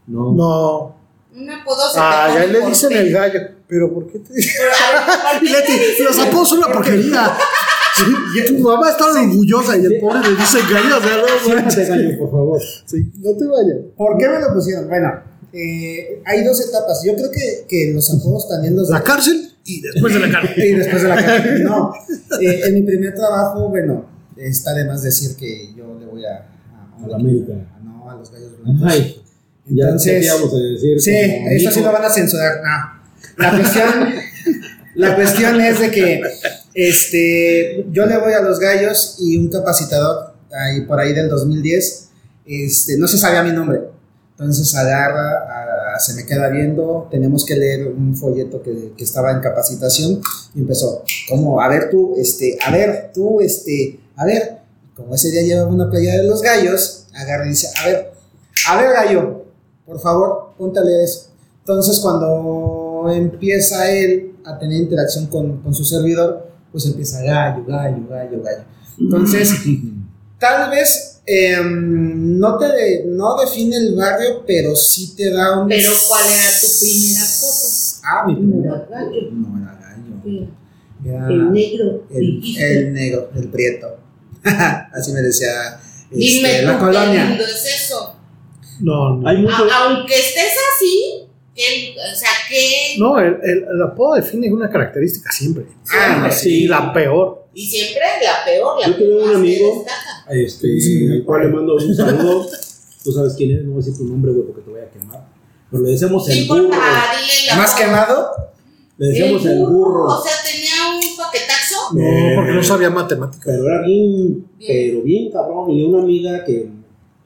S2: no.
S5: No.
S3: Un apodo se
S5: Ah,
S3: te
S5: ya
S3: pone
S5: le
S3: por
S5: dicen
S3: fe.
S5: el gallo. Pero ¿por qué te
S3: Pero, a ver, ¿por qué te
S5: (laughs) Leti,
S3: dicen
S5: los
S3: el-
S5: apodos son una porquería. Sí, tu mamá está orgullosa y el pobre le dice gallo. O sea, no,
S2: Siéntate,
S5: manches.
S2: gallo, por favor.
S5: Sí, no te vayas.
S6: ¿Por qué me lo pusieron? Bueno, eh, hay dos etapas. Yo creo que, que los apodos también los
S5: La cárcel y después de la cárcel.
S6: (laughs) Y después de la cárcel. No. Eh, en mi primer trabajo, bueno, está de más decir que yo le voy a. A,
S2: A la América.
S6: a- no, a los gallos blancos.
S2: Ay, ya
S6: Entonces-
S2: sabíamos de decir.
S6: Sí,
S2: como
S6: eso sí
S2: amigo.
S6: lo van a censurar. No. La cuestión, la cuestión es de que este, yo le voy a los gallos y un capacitador ahí, por ahí del 2010 este, no se sabía mi nombre. Entonces agarra, a- se me queda viendo, tenemos que leer un folleto que, que estaba en capacitación y empezó, como, a ver tú, este, a ver tú, este, a ver, como ese día llevaba una playa de los gallos, agarra y dice, a ver, a ver gallo, por favor, póntale eso. Entonces, cuando empieza él a tener interacción con, con su servidor, pues empieza gallo, gallo, gallo, gallo. Entonces, tal vez em, no te de- no define el barrio, pero sí te da un.
S3: Pero, ¿cuál era tu primera foto?
S6: Ah, mi
S3: No
S6: primera.
S3: era gallo.
S6: No era gallo.
S3: Sí.
S6: Era
S5: Ah,
S3: El negro.
S6: el,
S3: dijiste.
S6: el negro, el prieto. (laughs) Así me decía
S3: Dime
S6: este, la
S3: tú, qué
S6: colonia.
S3: lindo es eso.
S5: No, no.
S2: Hay mucho.
S3: A- aunque estés así, que- o sea, que.
S5: No, el, el, el apodo define una característica siempre.
S6: Ah, no,
S2: sí.
S5: Y la peor.
S3: Y siempre la peor, la
S2: Yo tenía
S3: que
S2: un
S3: más te
S2: amigo-
S3: destaca.
S2: Este, al cual le mando un saludo. Tú sabes quién es, no voy a decir tu nombre, güey, porque te voy a quemar. Pero le decíamos
S3: No
S2: el burro.
S3: importa, dile la
S6: Más quemado,
S2: Le decíamos el burro.
S3: O sea, tenía un paquetaxo.
S5: No,
S2: Eh.
S5: porque no sabía matemáticas.
S2: Pero era bien,
S3: Bien.
S2: pero bien cabrón. Y una amiga que,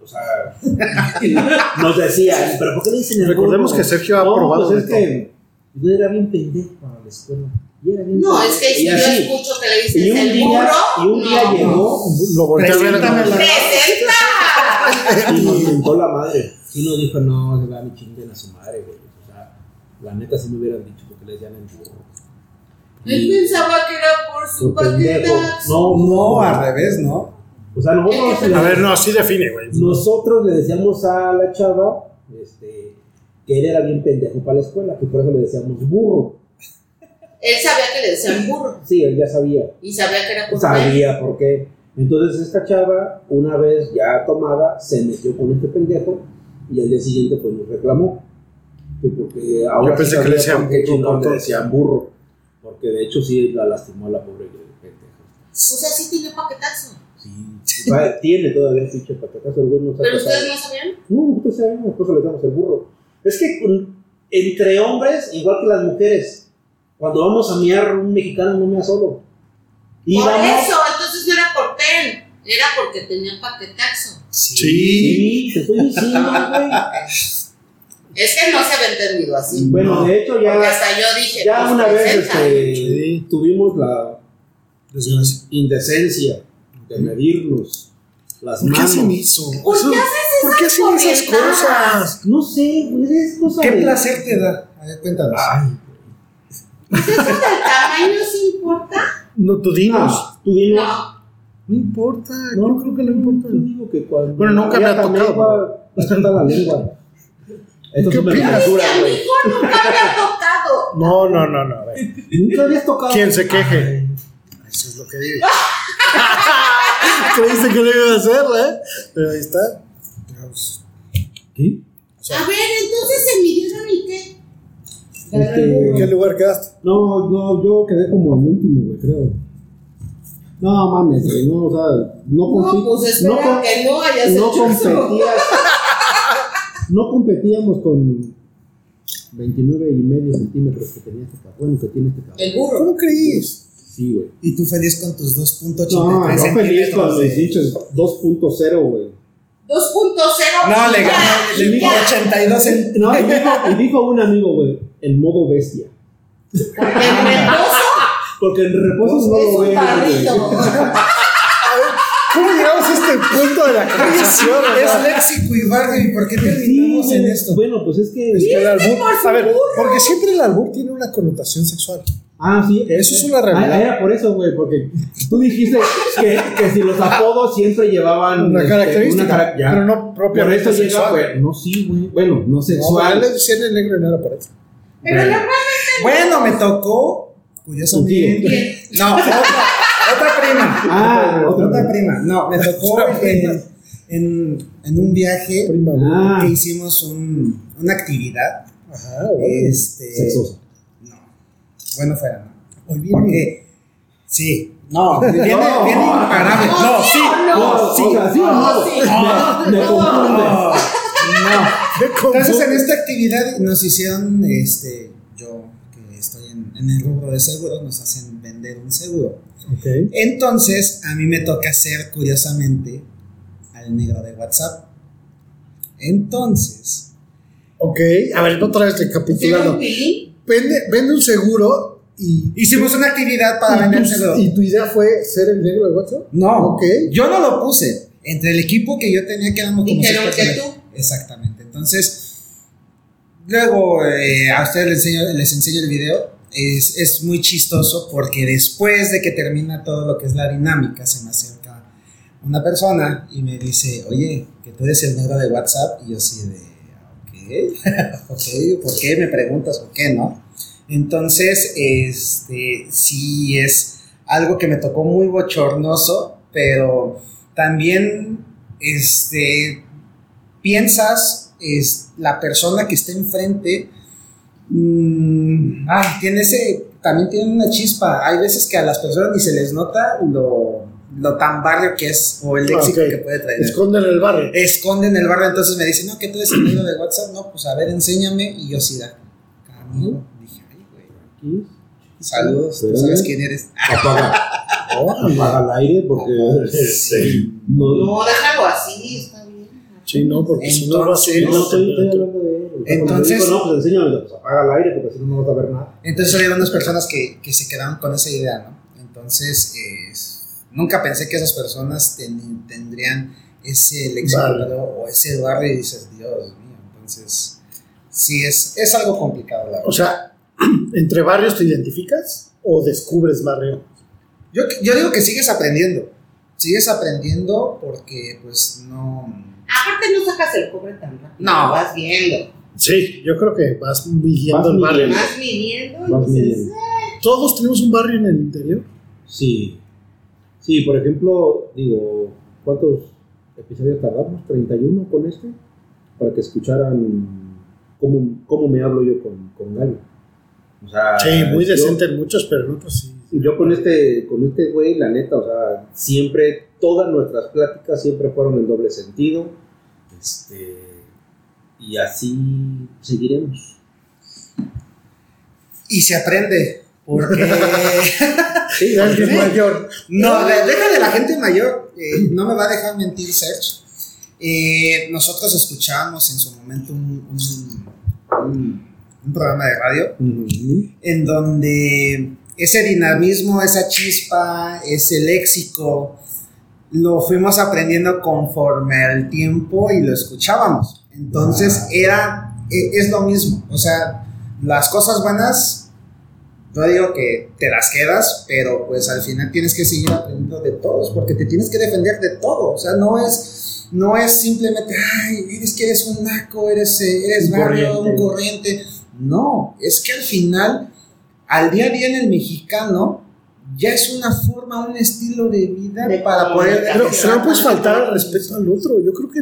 S2: o sea, (laughs) nos decía, ¿pero por qué le dicen el
S5: Recordemos
S2: burro?"
S5: que Sergio ha
S2: No,
S5: probado
S2: Pues es
S5: de
S2: que yo era bien pendejo para la escuela. Yo era bien
S3: No,
S2: pendejo.
S3: es que si
S2: y
S3: yo
S2: así.
S3: escucho que le
S2: Y
S3: dices
S2: un
S3: el
S2: día,
S3: burro.
S2: y un día
S5: (laughs)
S3: no.
S2: llegó
S5: Lo volteé a ver.
S6: Preséntamela.
S3: ¡Presenta!
S2: y nos sentó la madre. Sí nos dijo, no, se va mi chinguen a su madre, güey. O sea, la neta sí me hubieran dicho porque le decían el burro.
S3: Él pensaba que era por su
S2: Por pendejo.
S3: paquetaxo.
S2: No,
S6: no, al revés, ¿no?
S2: O sea, nosotros.
S5: A ver, no, así define, güey.
S2: Nosotros le decíamos a la chava este, que él era bien pendejo para la escuela, que por eso le decíamos burro.
S3: Él sabía que le decían burro.
S2: Sí, él ya sabía.
S3: Y sabía que era por él.
S2: Sabía por qué. Entonces esta chava, una vez ya tomada, se metió con este pendejo y al día siguiente pues nos reclamó. Que porque ahora
S5: Yo pensé
S2: sí
S5: que le decían
S2: sabía por qué
S5: burro,
S2: chingados le
S5: por todo.
S2: decían burro. Porque de hecho sí la lastimó a la pobre pendeja.
S3: O sea, sí tiene paquetaxo.
S5: (laughs)
S2: Sí. O sea, Tiene todavía el pinche patatazo, el güey no se ha
S3: Pero
S2: casado.
S3: ustedes no sabían.
S2: No, nosotros sabemos, por eso le damos el burro. Es que con- entre hombres, igual que las mujeres, cuando vamos a miar, un mexicano no mea solo. Y
S3: Por
S2: vamos.
S3: eso, entonces no era por él. Era porque tenía paquetaxo.
S5: Sí.
S2: Sí, te estoy diciendo,
S5: (laughs)
S2: güey.
S3: Es que no se había entendido así.
S2: Bueno,
S5: No.
S2: de hecho,
S3: Porque
S2: ya,
S3: hasta yo dije.
S2: ya
S3: pues,
S2: una vez
S3: presenta.
S2: este,
S5: Sí.
S2: tuvimos la
S5: Desgracia.
S2: indecencia de medirnos las
S5: ¿Por qué
S2: manos.
S5: hacen eso?
S3: ¿Por qué
S5: Eso-
S3: haces
S5: ¿Por qué hacen esas cosas?
S2: No sé, güey, es cosa
S6: ¿Qué
S2: de-
S6: placer te da? A ver, cuéntanos.
S2: Ay,
S3: Pues ¿El tamaño sí importa?
S5: No, tú dinos.
S2: no, tuvimos.
S3: No.
S5: No importa,
S2: No,
S5: yo creo que no importa.
S2: Yo digo que cuando
S5: Bueno, nunca me ha
S2: abría la
S5: tocado,
S2: lengua, aprieta la lengua. Esto
S5: ¿Qué
S2: es una
S5: opinas?
S2: basura,
S3: A mi
S2: güey.
S3: hijo nunca me ha tocado.
S5: No, no, no, no. a ver.
S2: Nunca habías tocado.
S5: ¿Quién se queje? Eso es lo que digo. (laughs) Creíste que lo iba a hacer, ¿eh? Pero ahí está.
S2: ¿Qué?
S3: A ver, entonces se midieron y qué.
S5: ¿En qué
S2: Este,
S5: lugar quedaste?
S2: no, no, yo quedé como el último, güey, creo. No mames, güey, no, o sea, no compi-
S3: No, pues espera
S2: no com-
S3: que no hayas
S2: no
S3: hecho eso.
S2: competías. no competíamos con 29 y medio centímetros que tenía este cabrón, bueno, que tiene este cabrón.
S3: El burro.
S5: ¿Cómo creís?
S2: Sí, güey.
S6: Y tú feliz con tus 2.83
S2: No, no feliz
S6: centímetros
S2: con
S6: de-
S2: mis hinchas 2.0, güey.
S3: 2.0.
S6: No, le
S3: Ya,
S6: ganó, le
S3: ya.
S6: dijo 82 en...
S2: No, y dijo, y dijo un amigo, güey, el modo bestia.
S3: El Mendoza
S2: Porque en reposo no
S3: es
S2: lo
S3: un
S2: ven. güey.
S3: barrito.
S5: ¿Cómo llegamos a este es el punto de la conversación. o
S6: Es
S5: sea.
S6: léxico y barrio, ¿y por qué terminamos en esto?
S2: Bueno, pues es que.
S5: Es que el albur-
S3: por su
S5: a ver,
S3: burro.
S5: porque siempre el albur tiene una connotación sexual.
S2: Ah, sí.
S5: Eso es una realidad.
S2: Ah, era por eso, güey, porque tú dijiste que, que si los apodos siempre llevaban.
S5: Una
S2: este,
S5: característica,
S2: una cara- ya.
S5: pero no
S2: Por
S5: propiamente
S2: eso llega,
S5: sexual.
S2: güey. No, sí, güey. Bueno, no
S5: Sexual.
S2: sexual.
S5: le decían el negro y no era por eso.
S3: Pero
S2: Bueno.
S3: la madre
S6: Bueno, me tocó, curiosamente.
S3: bien.
S6: No, otra, otra prima.
S2: Ah,
S6: otra,
S2: otra
S6: prima. No, me tocó en, en- en un viaje
S5: Prima, güey.
S2: Ah,
S6: que hicimos un- una actividad.
S5: Ajá, güey.
S6: Este,
S2: sexoso.
S6: Bueno, fuera, ¿no?
S5: Olvídalo.
S6: Porque, sí, no, viene, viene imparable.
S5: No, sí,
S2: No, sí, sí, no. Me, me confunde.
S6: Entonces en esta actividad nos hicieron, este, yo que estoy en, en el rubro de seguros, nos hacen vender un seguro.
S5: Ok.
S6: Entonces a mí me toca ser curiosamente al negro de WhatsApp. Entonces,
S5: Ok, a ver, otra vez
S3: ¿Era
S5: recapitulando.
S3: un pilín?
S5: Vende, vende un seguro y.
S6: hicimos una actividad
S5: (laughs)
S6: para
S5: y
S6: vender
S5: tu,
S6: el seguro.
S5: y tu idea fue ser el negro de WhatsApp?
S6: No,
S5: Ok.
S6: yo no lo puse. Entre el equipo que yo tenía que éramos como
S3: Dijeron
S6: siete
S3: que
S6: personas. Exactamente. Entonces, luego eh, a ustedes les enseño, les enseño el video. Es, es muy chistoso porque después de que termina todo lo que es la dinámica, se me acerca una persona y me dice, oye, que tú eres el negro de WhatsApp. Y yo así de, ok, (laughs) ok, ¿por qué? Me preguntas, ¿por qué no? Entonces, este, sí es algo que me tocó muy bochornoso, pero también este, piensas es, la persona que está enfrente mm, ay, tiene ese también tiene una chispa hay veces que a las personas ni se les nota lo, lo tan barrio que es o el
S2: Ah,
S6: léxico
S5: Ok.
S6: que puede traer
S5: Esconden el barrio.
S6: esconden el barrio entonces me dicen no que tú eres el negro de WhatsApp no pues a ver enséñame y yo sí da Camilo, dije ay güey
S2: Aquí,
S6: saludos tú
S2: Espérame.
S6: sabes quién eres
S2: Apaga. Apaga el aire porque. No, no.
S3: No, déjalo así, está bien.
S5: Sí, no, porque si no va a seguir
S2: No,
S5: la
S2: estoy, estoy
S5: temperatura.
S2: hablando de él.
S6: Entonces-
S2: Cuando digo, no, pues enséñamelo, pues apaga el aire porque si no, no vas a ver nada.
S6: Entonces había unas personas que, que se quedaron con esa idea, ¿no? Entonces, eh, nunca pensé que esas personas ten- tendrían ese lexicólogo o ese barrio y dices, Dios mío, entonces, sí, es, es algo complicado, la
S5: O
S6: verdad.
S5: sea, (clears throat) ¿entre barrios te identificas o descubres barrio?
S6: Yo, yo digo que sigues aprendiendo, sigues aprendiendo porque, pues, no...
S3: Aparte no sacas el cobre tan rápido.
S6: No.
S3: Vas viendo.
S5: Sí, yo creo que vas midiendo
S2: Vas
S5: el barrio.
S2: midiendo.
S3: Vas midiendo ah, y
S2: Vas
S3: dices,
S2: midiendo.
S5: Todos tenemos un barrio en el interior.
S2: Sí. Sí, por ejemplo, digo, ¿cuántos episodios tardamos? ¿31 con este? Para que escucharan cómo, cómo me hablo yo con, con Gallo. O sea,
S5: sí, muy
S2: yo-
S5: decente en muchos, pero en otros sí.
S2: Yo con este, con este güey, la neta, o sea, siempre, todas nuestras pláticas siempre fueron en doble sentido. Este, y así seguiremos.
S6: Y se aprende, porque...
S5: Sí, ya alguien
S6: Sí.
S5: mayor.
S6: No, de- deja de la gente mayor. eh, no me va a dejar mentir, Serge. Eh, nosotros escuchábamos en su momento un, un- un- un programa de radio en donde ese dinamismo, esa chispa, ese léxico, lo fuimos aprendiendo conforme al tiempo y lo escuchábamos. Entonces era, e- es lo mismo. O sea, las cosas buenas no digo que te las quedas, pero pues al final tienes que seguir aprendiendo de todos, porque te tienes que defender de todo. O sea, no es, no es simplemente, ay, eres que eres un naco, eres, eh, eres
S5: Un
S6: barrio,
S5: corriente.
S6: un corriente. No, es que al final, al día a día en el mexicano, ya es una forma, un estilo de vida
S3: De
S6: para poder.
S3: comunicación.
S5: Pero, pero no puedes faltar al respeto al otro. Yo creo que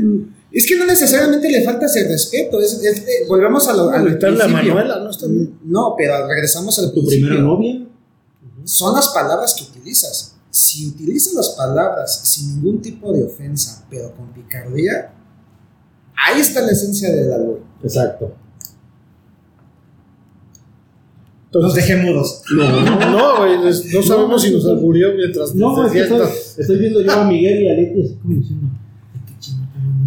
S6: Es que no necesariamente le faltas el respeto. Es, es de- volvemos a lo. al
S5: gritarle a
S6: principio.
S5: Manuela no está bien.
S6: No, pero regresamos al
S2: ¿Tu primera
S6: principio.
S2: novia?
S6: son las palabras que utilizas. Si utilizas las palabras sin ningún tipo de ofensa, pero con picardía, ahí está la esencia del albur.
S2: Exacto.
S6: Los dejé mudos.
S2: No,
S5: No, güey, les- no sabemos si nos alburió mientras
S2: no,
S5: nos
S2: es que
S5: decía
S2: estoy,
S5: estas-
S2: estoy viendo yo a Miguel y a Leti así como diciendo.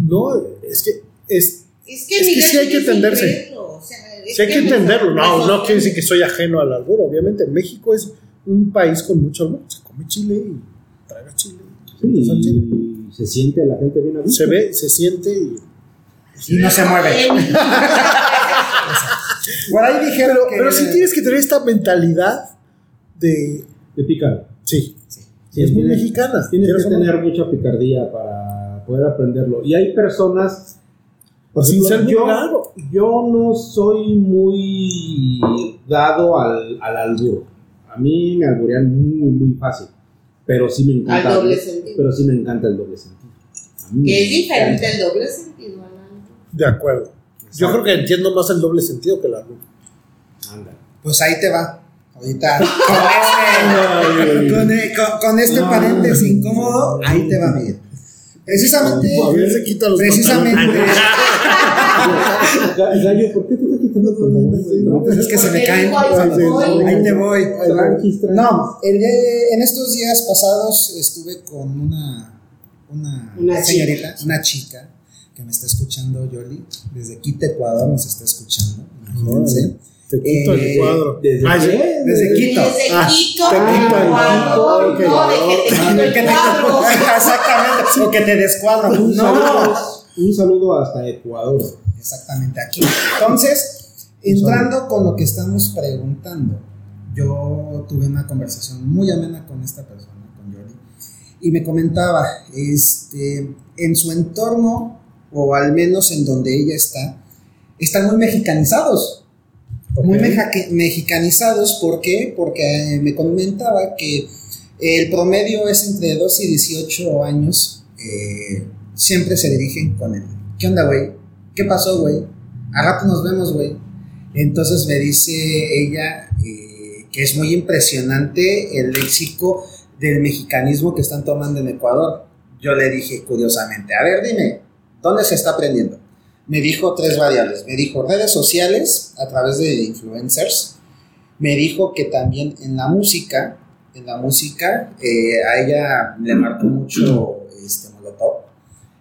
S5: No, es que es,
S3: Es que,
S5: Es que
S3: Miguel
S5: sí hay que
S3: tiene
S5: entenderse.
S3: sin verlo, o sea, es
S5: sí hay que entenderlo. No,
S3: nosotros-
S5: no quiere decir que soy ajeno al albur. Obviamente, México es un país con mucho albur. Se come chile y traga chile.
S2: Sí,
S5: Entonces, al chile.
S2: y se siente la gente bien a gusto.
S5: Se ve, se siente y.
S6: Y no se mueve. Por ahí dijeron
S5: Pero,
S6: que-
S5: pero sí tienes que tener esta mentalidad de.
S2: De pícaro.
S5: Sí,
S2: Sí,
S5: es muy
S2: tienes-
S5: mexicana.
S2: Tienes
S5: Quieras
S2: que
S5: o no.
S2: tener mucha picardía para poder aprenderlo. Y hay personas. por
S5: Pues Sin
S2: ejemplo,
S5: ser
S2: yo,
S5: vulgar.
S2: yo no soy muy dado al, al albur. A mí me alburean muy, muy fácil. Pero sí me encanta.
S3: Al doble sentido.
S2: Pero sí me encanta el doble sentido. A mí
S3: Que es
S2: me encanta.
S3: diferente el doble sentido
S5: (laughs)
S3: al alto.
S5: De acuerdo. Yo creo que entiendo más el doble sentido que la
S2: Ándale.
S6: Pues ahí te va. Ahorita. Con este, con, eh, con- con este paréntesis incómodo, ahí te va bien. Precisamente.
S5: A ver, se quita los
S6: Precisamente.
S2: Ga- Gallo, ¿por qué te estás quitando los pantalones?
S6: No, pues es que se me
S3: Porque
S6: caen.
S3: dijo, ahí te voy.
S6: Ahí te voy.
S2: Tranquis, tranquis.
S6: No, el de- en estos días pasados estuve con una, una,
S3: Una
S6: señorita, una chica que me está escuchando, Yoli. Desde Quito, Ecuador, nos está escuchando. Imagínense.
S5: Te quito
S6: Eh,
S5: el cuadro.
S2: ¿Desde
S5: Ah,
S2: qué?
S5: sí.
S6: Desde Quito.
S3: Desde
S5: Ah,
S3: Quito,
S5: te quito el
S3: Ecuador,
S5: Quito,
S3: no, de que (laughs)
S5: (laughs)
S3: te quito el
S6: Ah, Que te-
S3: cuadro.
S6: (laughs) Exactamente. O que te descuadra.
S2: Un saludo,
S6: No.
S2: un saludo hasta Ecuador.
S6: Exactamente aquí. Entonces, entrando con lo que estamos preguntando, yo tuve una conversación muy amena con esta persona, con Yoli, y me comentaba, este, en su entorno, o al menos en donde ella está, están muy mexicanizados. Muy meja- mexicanizados, ¿por qué? Porque eh, me comentaba que el promedio es entre 2 y 18 años. eh, siempre se dirigen con él. ¿Qué onda, güey? ¿Qué pasó, güey? A rato nos vemos, güey. Entonces me dice ella eh, que es muy impresionante el léxico del mexicanismo que están tomando en Ecuador. Yo le dije curiosamente, a ver, dime, ¿dónde se está aprendiendo? Me dijo tres variables. Me dijo redes sociales a través de influencers. Me dijo que también en la música, en la música, eh, a ella le marcó mucho este Molotov.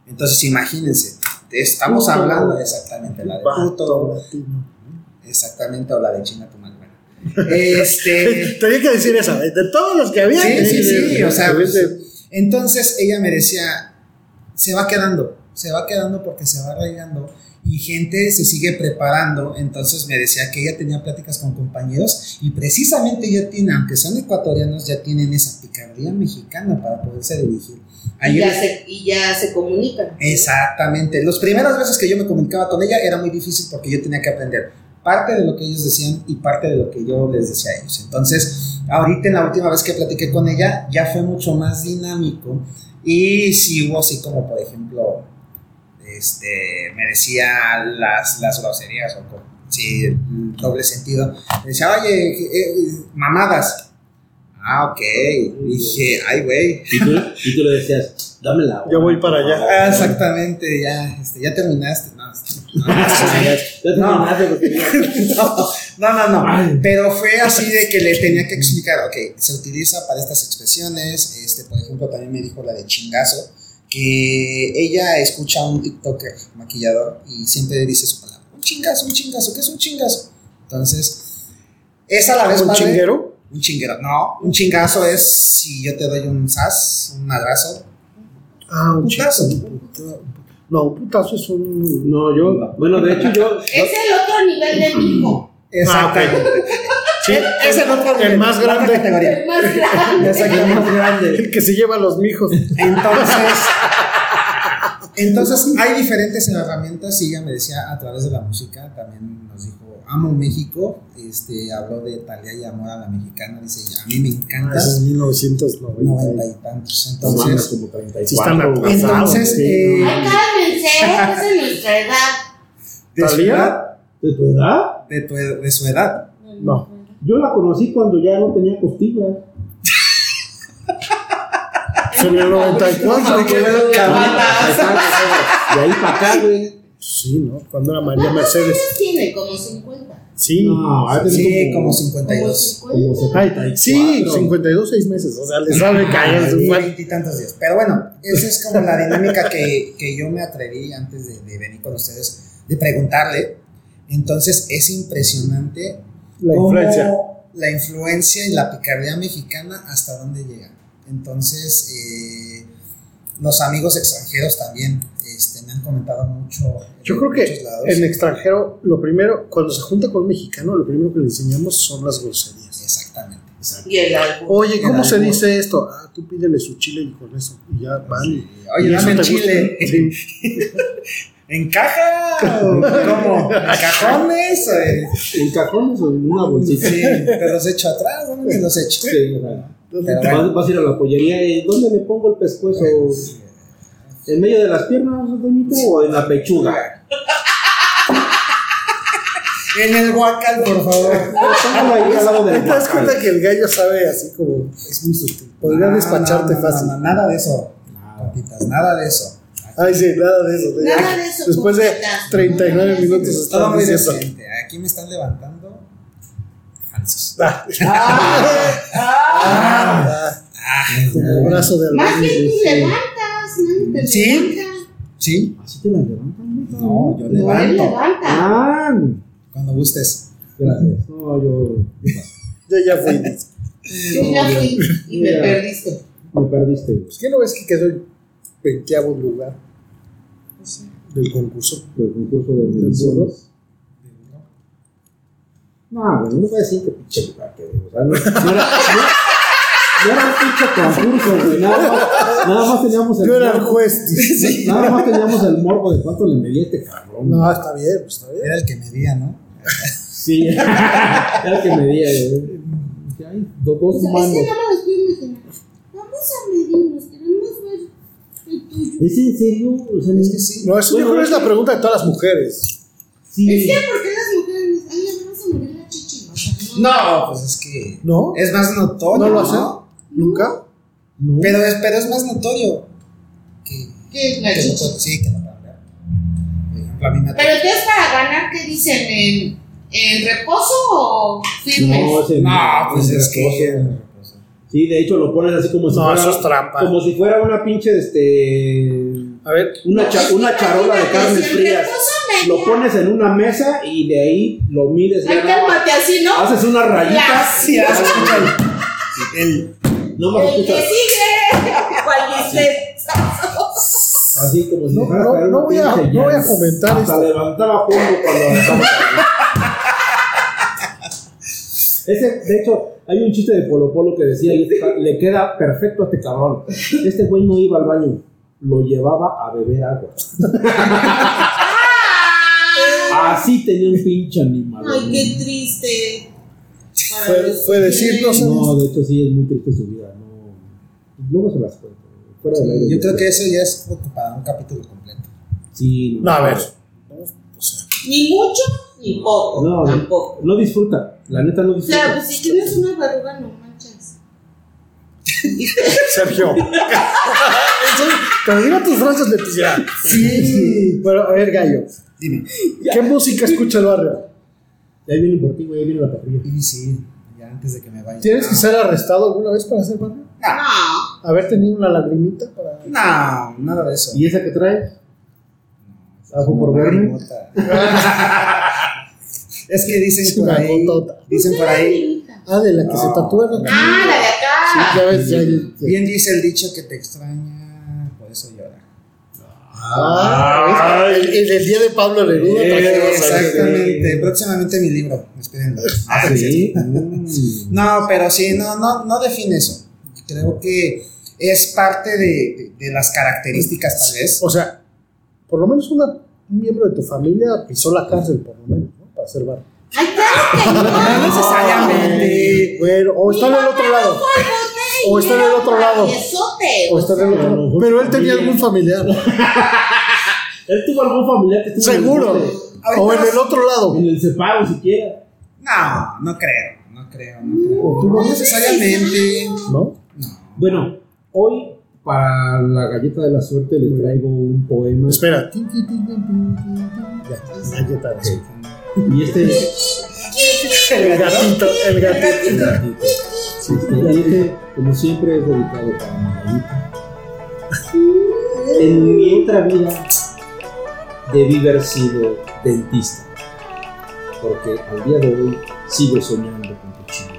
S6: Entonces imagínense, estamos
S5: Puto.
S6: hablando exactamente la de puto,
S5: Latino.
S6: Exactamente, o la de China tu madre. bueno.
S5: (laughs)
S6: Este.
S5: Tenía que decir esa. De todos los que había.
S6: Sí,
S5: tenía
S6: sí,
S5: que
S6: sí,
S5: decir-
S6: o sea, pues,
S5: que vende-
S6: Entonces ella me decía: se va quedando, se va quedando porque se va arraigando y gente se sigue preparando. Entonces me decía que ella tenía pláticas con compañeros y precisamente ya tiene, aunque sean ecuatorianos, ya tienen esa picardía mexicana para poderse dirigir.
S3: Y
S6: Ayer
S3: ya se, y ya se comunican.
S6: Exactamente. Las primeras veces que yo me comunicaba con ella era muy difícil porque yo tenía que aprender parte de lo que ellos decían y parte de lo que yo les decía a ellos. Entonces, ahorita en la última vez que platiqué con ella ya fue mucho más dinámico y sí hubo así como, por ejemplo, este, me decía las, las groserías o con, sí, el doble sentido. Me decía, oye, eh, eh, mamadas. Ah, ok. Dije, ay, güey.
S2: Y tú, y tú le decías, dame la
S5: Ya voy para allá.
S6: Ah, exactamente, ya, este, ya terminaste. No, este,
S2: Ya te ganaste, porque-
S6: no, no, no, no. Pero fue así de que le tenía que explicar, ok, se utiliza para estas expresiones. Este, por ejemplo, también me dijo la de chingazo, que ella escucha a un TikToker maquillador y siempre dice su palabra. Un chingazo, un chingazo, ¿qué es un chingazo? Entonces, es a la vez
S5: ¿Un
S6: ah, padre-
S5: chinguero?
S6: Un chinguero, no. Un chingazo es si yo te doy un sas, un madrazo.
S5: Ah, un
S6: Un
S5: chingo.
S6: putazo.
S5: No, un putazo es un.
S2: No, yo, bueno, de hecho yo,
S3: Es el otro nivel de mismo.
S2: Ah,
S5: Ah,
S6: Exactamente.
S5: Sí,
S6: Es el otro
S5: El más
S6: otra
S5: grande.
S6: categoría.
S3: El más grande.
S6: Exactamente.
S5: El que se lleva a los mijos.
S6: Entonces, entonces hay diferentes herramientas y ella me decía a través de la música, también nos dijo, amo México, este, habló de Talía y Amor a la Mexicana, dice, a mí me encanta,
S5: Eso es 1990.
S6: 90 y tantos,
S2: No mames,
S6: entonces,
S2: como 34.
S5: Sí, están atrasados,
S6: entonces,
S5: sí,
S6: eh,
S5: no.
S3: Ay, cálmense, esa es nuestra edad.
S6: de su
S5: ¿Thalía?
S6: edad,
S2: ¿De tu edad?
S6: de, tu ed- de su edad,
S5: No.
S2: Yo la conocí cuando ya no tenía costillas.
S5: En el 94.
S6: que veo el cabrón.
S2: De ahí para acá, güey.
S5: Sí, ¿no? Cuando era María
S3: ¿Cuántos años
S5: Mercedes.
S3: tiene? Como 50.
S5: Sí.
S2: No, ahora
S6: sí,
S2: tenés
S6: como
S3: Como
S6: 52,
S3: 50.
S5: Ay, sí, 52, 6 meses. O sea, le sabe caer su
S6: Ni
S5: cuerpo.
S6: veintitantos días. Pero bueno, esa es como la dinámica que, que yo me atreví antes de, de venir con ustedes, de preguntarle. Entonces es impresionante
S5: La
S6: cómo
S5: influencia.
S6: la influencia y la picardía mexicana hasta dónde llega. Entonces, eh, Los amigos extranjeros también este, me han comentado mucho.
S5: Yo
S6: de
S5: creo que
S6: muchos lados.
S5: en extranjero, lo primero, cuando se junta con un mexicano, lo primero que le enseñamos son las groserías.
S6: Exactamente.
S3: Y el álbum.
S5: Oye, ¿cómo
S6: Era
S5: se
S6: algo-
S5: dice esto? Ah, tú pídele su chile y con eso, y ya van. y-
S6: Oye,
S5: ¿Y eso
S6: dame el
S5: te
S6: chile.
S5: gusta? Sí.
S6: (laughs) ¿Encaja? ¿Cómo? ¿En
S5: (laughs)
S6: cajones? Eh,
S2: En cajones o en una bolsita.
S6: Sí, te los echo atrás, ¿dónde te los echo?
S2: Sí, o sea,
S6: Pero bueno.
S2: vas, vas a ir a la pollería y ¿dónde le pongo el pescuezo? ¿En medio de las piernas, doñito, o en la pechuga?
S6: En el huacal, por favor.
S2: Póngalo ahí al lado del
S5: Te das
S2: guacal.
S5: cuenta que el gallo sabe así como es muy sutil. Podría
S2: Ah,
S6: No,
S5: despacharte
S6: Ah, no, no,
S5: fácil.
S6: no, nada de eso, papitas, nada de eso.
S5: Ay, sí, nada de eso.
S3: Nada de eso,
S5: Después de
S3: pupitas.
S5: 39 minutos
S6: Todo
S5: estaba
S6: muy
S5: diciendo.
S6: decente. Aquí me están levantando falsos.
S5: Ah,
S3: Ah,
S5: ah, como brazo de
S3: Más
S5: albañil.
S3: bien tú levantas, nadie te
S6: Sí.
S3: levanta.
S6: ¿Sí?
S2: ¿Así te la levantan?
S6: No, yo
S3: No, él
S6: levanto.
S3: levanta.
S2: Ah,
S6: Cuando gustes.
S2: gracias. No, yo
S5: Yo ya fui. Pues,
S3: Yo ya fui y me
S2: Mira.
S3: perdiste.
S2: me perdiste.
S5: Pues, ¿Qué no ves que quedó en veinteavo lugar
S2: Pues
S5: del concurso?
S2: del concurso de mediciones. No, bueno, no voy a decir que pinche lugar que o sea, no, no era, no- no era un pinche concurso, güey, nada más, nada más teníamos el
S5: Yo era el
S2: morbo-
S6: Pues,
S5: (laughs) juez. Sí.
S2: Nada más teníamos el morbo de cuánto le medía este cabrón.
S5: No, está bien, pues está bien.
S6: Era el que medía, ¿no?
S2: (laughs) Sí, era el que medía, güey. Dije, ay, do- dos
S3: O sea, es
S2: humanos.
S3: que no me los puedo imaginar. Vamos a medirnos, queremos ver el tuyo.
S2: ¿Es en serio? O sea,
S6: Es que sí.
S5: No, eso yo
S2: Bueno,
S5: creo que
S2: es
S5: es la
S2: que-
S5: pregunta de todas las mujeres.
S3: Es
S2: sí.
S3: que porque las mujeres, ay, le vamos a morir la chichi. O sea, no.
S6: No, pues es que.
S5: ¿No?
S6: Es más notorio.
S5: ¿No lo hacen? ¿Nunca?
S2: No,
S6: Pero es, pero es más notorio que,
S3: ¿Qué es la
S6: que
S3: chichi?
S6: nosotros. Sí, que no para Por ejemplo, a mí me
S3: Pero entonces para ganar, ¿qué dicen? ¿En, en reposo o firmes?
S2: no, es el-
S6: No, pues
S2: el
S6: es que.
S2: Sí, de hecho lo pones así como si
S5: No,
S2: fuera
S5: eso es trampa.
S2: como si fuera una pinche este
S5: A ver,
S2: una, cha- una charola de carnes frías. Lo
S3: Lo pones.
S2: pones en una mesa y de ahí lo mides.
S3: Ay,
S2: ya
S3: cálmate así,
S5: Ah,
S3: ¿no?
S2: Haces una rayita.
S3: Las-
S6: Sí, ahora escucha el- el.
S2: No más
S3: El que
S2: escuchas.
S3: sigue. (laughs) ¿Cuál es el?
S2: Así como si
S5: No,
S2: dejara
S5: no,
S2: caer
S5: no
S2: una
S5: voy a-
S2: pinche
S5: no voy a
S2: llanta.
S5: fomentar
S2: Hasta
S5: esto.
S2: levantaba fondo cuando avanzaba. Ese, de hecho, hay un chiste de Polo Polo que decía, y este ca- le queda perfecto a este cabrón. Este güey no iba al baño, lo llevaba a beber agua. Así tenía un pinche animal.
S3: Ay, qué triste. Para
S5: fue,
S3: los
S5: fue
S3: que-
S5: decirnos.
S2: No, de hecho sí es muy triste su vida. No, luego se las cuento. Fuera del aire.
S6: Yo creo que eso ya es como para un capítulo completo.
S2: sí.
S5: No, a ver.
S3: Ni mucho ni poco.
S2: No, no.
S3: tampoco.
S2: No disfruta. La neta no
S3: O sea, pues
S2: disfruta.
S3: si tienes una verruga, no manches. (laughs)
S5: Sergio. Eso- Te digo tus frases, Leticia. Sí. Bueno, a ver, gallo.
S6: Dime.
S5: ¿Qué música escucha el barrio?
S2: Ya vienen por ti, güey. Ya viene la patrulla.
S6: Y sí, ya antes de que me vaya.
S5: ¿Tienes que ser arrestado alguna vez para hacer barrio?
S3: No.
S5: ¿Haber tenido una lagrimita para.?
S6: No, nada de eso.
S2: ¿Y esa que traes? ¿Algo
S6: Como
S2: por verme?
S6: marmota. (laughs) es que
S5: Es
S6: dicen por
S5: una
S6: ahí.
S5: gotota.
S6: Dicen por ahí.
S5: Ah, de la que se tatúa. ¿no?
S3: Ah, la de
S5: Sí,
S3: acá.
S5: ya ves, ya. ya-
S6: Bien dice el dicho que te extraña, por eso llora.
S5: Ah, ¿ves? el, el del día de Pablo Neruda. trajeron a Sergio.
S6: Exactamente. Próximamente mi libro. Espérenlo.
S2: Ah, sí.
S6: No, pero sí, no, no, no define eso. Creo que es parte de, de- de las características, tal vez.
S5: O sea, por lo menos una, un miembro de tu familia pisó la cárcel, por lo menos, ¿no? Para hacer barrio.
S3: Ay, claro que no.
S6: No necesariamente.
S5: Bueno, o está en el otro lado. O está en el otro lado.
S3: Traviesote.
S5: O está en el otro lado. Pero él tenía algún familiar.
S2: Él tuvo algún familiar que tuvo.
S5: Seguro.
S2: en el bote,
S5: O en el otro lado.
S2: En el separo siquiera.
S6: No, no creo. No creo, no creo.
S5: O tú
S6: No
S5: no.
S6: necesariamente.
S5: ¿No?
S2: Bueno, hoy para la galleta de la suerte les traigo un poema.
S5: Espera. Tin, tin, tin, tin, tin, tin. Ya, ahí está.
S2: Y este
S5: El gatito, el gatito.
S2: Sí, sí, y este, como siempre, es dedicado para Margarita. En mi otra vida debí haber sido dentista, porque al día de hoy sigo soñando con tu chico.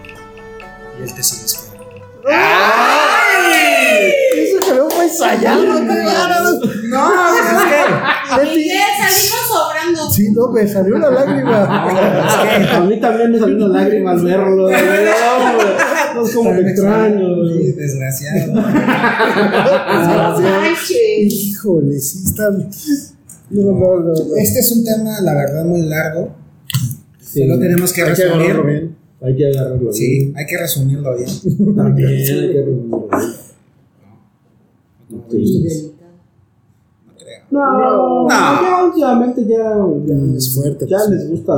S6: Y él te sigue esperando.
S5: Eso quedó muy ensayando, claro.
S6: No, es que,
S5: Pepe,
S3: salimos sobrando.
S5: Sí, no, me salió una lágrima.
S2: Es que a mí también me salieron lágrimas verlo. güey. No, güey. No es como
S6: Tan
S2: que extraño. güey.
S6: sí, desgraciado.
S5: Ah, sí.
S3: manches.
S5: Híjole, sí están. No, no, no. no.
S6: Este es un tema, la verdad, muy largo.
S2: Sí,
S6: Lo tenemos que
S5: Hay que agarrarlo
S6: resumir.
S5: bien.
S2: Hay que agarrarlo.
S6: Sí, hay que resumirlo bien.
S2: bien. También hay que resumirlo. Sí.
S6: No creo.
S2: No, ya últimamente ya, ya,
S5: Es fuerte.
S2: ya
S5: pues.
S2: les gusta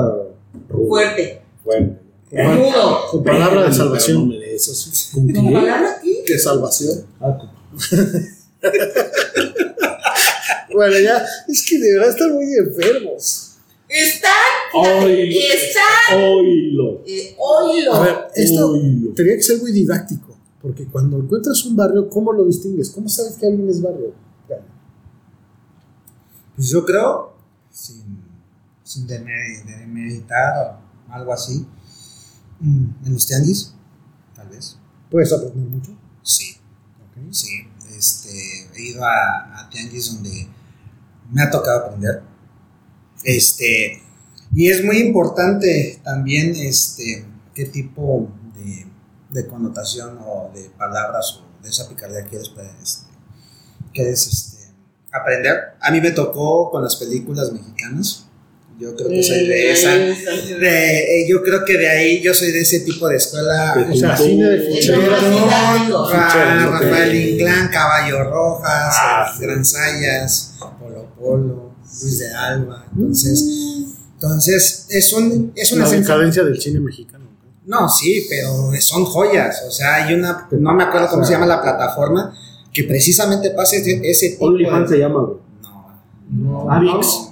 S2: rudo.
S3: Fuerte.
S2: Bueno.
S3: Rudo.
S5: Con palabra de
S2: No
S5: salvación.
S2: me de esos.
S3: ¿Con palabra aquí?
S5: De salvación.
S2: Ah, con-
S5: Bueno, ya, es que de verdad están muy enfermos.
S3: Están.
S2: Oilo.
S3: Están.
S2: Oilo.
S3: eh, Oílo.
S5: A ver, esto
S2: Oilo.
S5: tenía que ser muy didáctico. Porque cuando encuentras un barrio, ¿cómo lo distingues? ¿Cómo sabes que alguien es barrio?
S6: Pues yo creo, sin, sin deme- demeritar o algo así, mm, en los tianguis, tal vez.
S5: Puedes aprender mucho.
S6: Sí. Sí, este, he ido a, a tianguis donde me ha tocado aprender. Este, y es muy importante también este, qué tipo de, de connotación o de palabras o de esa picardía quieres, pues, este, quieres este, aprender. A mí me tocó con las películas mexicanas. Yo creo que
S5: pues
S6: soy de esa.
S3: Eh.
S6: de- eh, yo creo que de ahí, yo soy de ese tipo de escuela.
S5: O sea, cine de fichero.
S6: Perdón, Ra-
S5: Ficheros,
S6: Ah, Rafael
S2: ok.
S6: Inclán, Caballo Rojas,
S2: Ah,
S6: eh, Gran Sayas, Polo Polo, Luis de Alba. Entonces, entonces es, un, es una
S5: La
S6: sensación.
S5: decadencia del cine mexicano.
S6: No, sí, pero son joyas. O sea, hay una, no me acuerdo cómo se llama la plataforma, que precisamente pasa ese, ese tipo de-
S2: OnlyFans se llama, güey. Ah,
S6: No,
S2: No.
S5: Avix.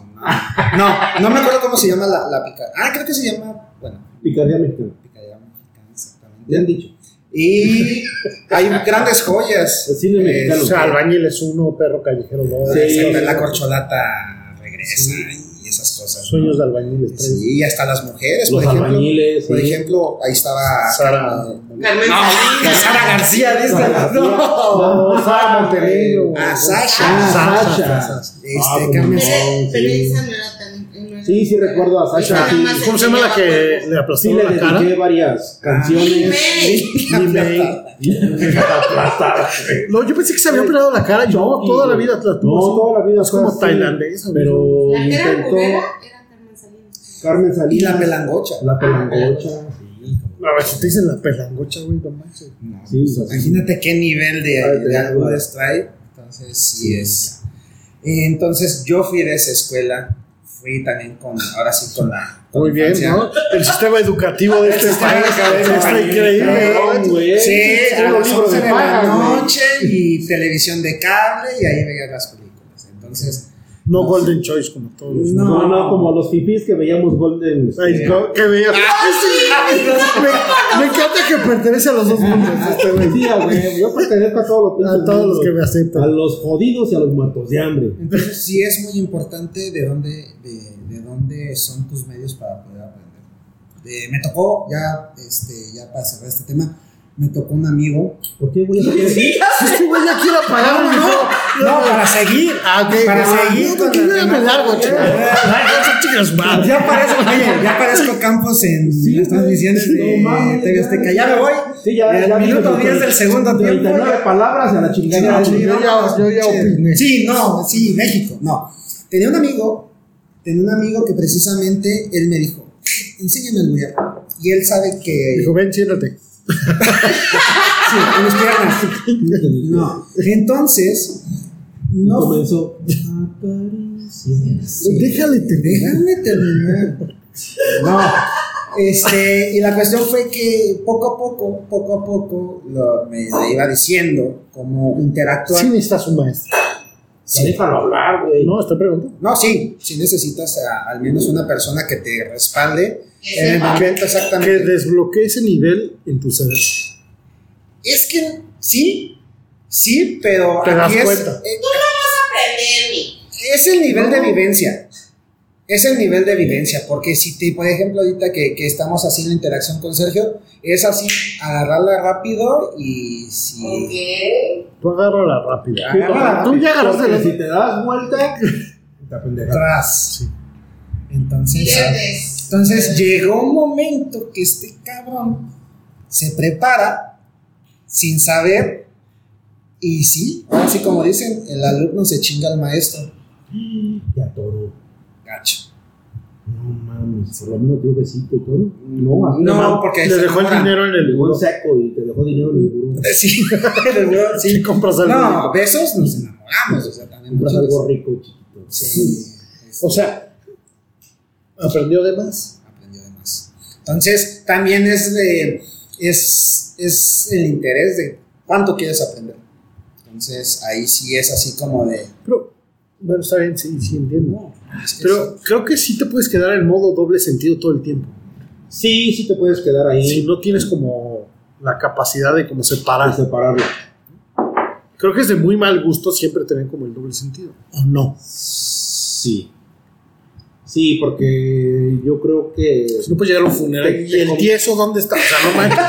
S6: no, no me acuerdo cómo se llama la, la pica. Ah, creo que se llama, bueno,
S2: Picardía mexicana.
S6: picadera mexicana, exactamente.
S2: Ya han dicho.
S6: Y hay grandes joyas. eh,
S2: El cine mexicano.
S5: O sea, albañil es uno, perro callejero dos.
S6: Sí,
S2: Sí.
S6: la corcholata regresa y esas cosas. ¿no?
S5: Sueños de albañiles tres.
S6: Sí, y hasta las mujeres,
S2: Los
S6: por ejemplo.
S2: albañiles.
S6: Por
S2: sí.
S6: ejemplo, ahí estaba
S5: Sara.
S3: Carmen Salinas.
S6: Sara García, dice. No.
S5: No, Sara Montenegro.
S6: Ah, Sasha.
S2: Ah, Sasha.
S6: Este,
S2: Ah, pues,
S6: Carmen
S2: no.
S3: Pero- Pero
S2: sí.
S3: esa no era tan. no era-
S2: Sí, sí, recuerdo a Sasha,
S3: Esa
S2: sí.
S3: nada más
S5: ¿Cómo se llama la que
S3: enseñaba
S5: le aplastó
S2: Sí, le
S5: la cara?
S2: dediqué varias canciones.
S3: cuerpos.
S6: (laughs)
S2: (laughs)
S5: No, yo pensé que se había operado la cara. Yo
S2: No,
S5: toda
S2: y-
S5: la vida la
S2: No,
S5: tuvo así.
S2: toda la vida
S5: Es
S2: fue
S5: como
S2: así,
S5: tailandesa,
S2: Pero
S3: La que era
S2: intentó
S3: culera era Carmen Salinas.
S2: Carmen Salinas.
S6: Y la pelangocha.
S2: La pelangocha. Sí,
S5: A ver, si te dicen la pelangocha, güey, no manches.
S6: No.
S2: sí, sí.
S6: Imagínate qué nivel de,
S2: Ah,
S6: de
S2: de
S6: agudez trae. Entonces, sí es. Entonces, yo fui de esa escuela. Fui también con, ahora sí, con la. con
S5: Muy
S6: la
S5: bien,
S6: infancia.
S5: ¿no? El sistema educativo de este
S6: sistema
S5: país
S6: educativo
S5: está
S6: es
S5: increíble. ¿eh?
S2: cabrón,
S5: ¿no?
S2: güey.
S6: Sí, a
S5: Puro
S6: las
S5: libro
S6: 11
S5: de
S6: de la
S5: paga, güey.
S6: noche y televisión de cable y ahí veías las películas. Entonces,
S5: No Golden Choice como todos. los-
S6: No.
S2: No, no, como los fifís que veíamos Golden.
S5: Ay, no, qué bello. me, me encanta que pertenece a los dos mundos. Este güey.
S2: Sí, a huevo, Yo pertenezco a todos los
S5: A
S2: pinches
S5: todos los que
S2: mundos.
S5: me
S2: A
S5: aceptan.
S2: los jodidos y a los muertos de hambre.
S6: entonces sí es muy importante de dónde, de, de dónde son tus medios para poder aprender. De- me tocó, ya, este, ya para cerrar este tema, me tocó un amigo.
S2: ¿Por qué, güey? ¿Por qué?
S5: Este güey ya quiere apagar el micrófono.
S6: seguir.
S5: Ah, ok.
S6: Para
S5: Ah,
S6: seguir
S5: no,
S6: con
S5: que
S6: el
S5: yo ya
S6: tema.
S5: me largo, chicas. Chicas, madre.
S6: Ya parezco, oye, ya parezco Campos en
S2: Sí,
S6: las
S2: güey.
S6: transmisiones de
S2: No mames,
S6: TV
S2: ya.
S6: Azteca. Ya me voy.
S2: Sí, ya,
S6: El
S2: ya
S6: minuto
S2: dije,
S6: 10 del segundo tiempo.
S2: 39
S6: ya-
S2: palabras a la chingada.
S6: Sí,
S5: yo ya- yo ya opiné.
S6: Sí, no, sí, México, no. Tenía un amigo, tenía un amigo que precisamente él me dijo, enséñame el bullar. Y él sabe que...
S5: Dijo, ven, siéntate.
S6: Sí, en mis piernas. No. Entonces,
S2: Y
S6: no...
S2: comenzó.
S5: Déjale terminar.
S6: Déjame terminar. No. Este, y la cuestión fue que poco a poco, poco a poco, lo- me lo iba diciendo, como interactuar.
S5: Sí necesitas un maestro.
S6: Sí.
S2: Déjalo hablar, güey.
S5: No, estoy preguntando.
S6: No, sí, si necesitas a- al menos una persona que te respalde en el
S3: Ese-
S6: momento
S5: Que
S6: exactamente.
S5: desbloquee ese nivel en tu cerebro.
S6: Es que sí, sí, pero
S5: Te das
S6: es,
S5: cuenta.
S6: eh,
S3: Aprender, mi.
S6: es el nivel de vivencia. Es el nivel de evidencia, porque si te, por ejemplo, ahorita que, que estamos así en la interacción con Sergio, es así, agarrarla rápido y si...
S3: Ok.
S5: Tú agárrala rápido.
S6: Ah, Agárrala
S5: Tú ya agarraste
S2: Porque
S5: la
S2: si te das (laughs) vuelta, te apendejas.
S6: Atrás.
S5: Sí.
S6: Entonces...
S3: Pierdes.
S6: Entonces llegó un momento que este cabrón se prepara sin saber y sí, así como dicen, el alumno se chinga al maestro.
S2: Te atoró.
S6: Gacho.
S2: No mames, por lo menos dio besito y todo. No, así
S6: No,
S2: nomás.
S6: porque
S5: Le
S6: se
S5: dejó el
S6: enamoran.
S5: dinero en
S2: Te
S5: el
S2: dejó en
S5: buró.
S2: seco y te dejó dinero en el buró.
S6: Sí, (laughs) le dejó- sí.
S5: Sí, compras algo.
S6: No, besos nos enamoramos, o sea, también
S2: Compras
S6: muchas
S2: algo
S6: veces.
S2: rico, chiquito.
S6: Sí.
S5: O sea, aprendió de más.
S6: aprendió de más. Entonces, también es, de- es, es el interés de cuánto quieres aprender. Entonces, ahí sí es así como de...
S5: Pero, bueno, está bien, sí, sí entiendo.
S6: no, es que
S5: Pero creo que sí te puedes quedar en modo doble sentido todo el tiempo.
S2: Sí, sí te puedes quedar ahí
S5: Si no tienes como la capacidad de como
S2: para
S5: separar.
S2: separarlo.
S5: Creo que es de muy mal gusto siempre tener como el doble sentido. ¿O no?
S2: Sí. Sí, porque yo creo que.
S5: Si no puedes llegar a un funeral
S2: Te-
S5: y
S2: te
S5: el
S2: com-
S5: tieso, ¿dónde está? O sea, no (laughs) manches. O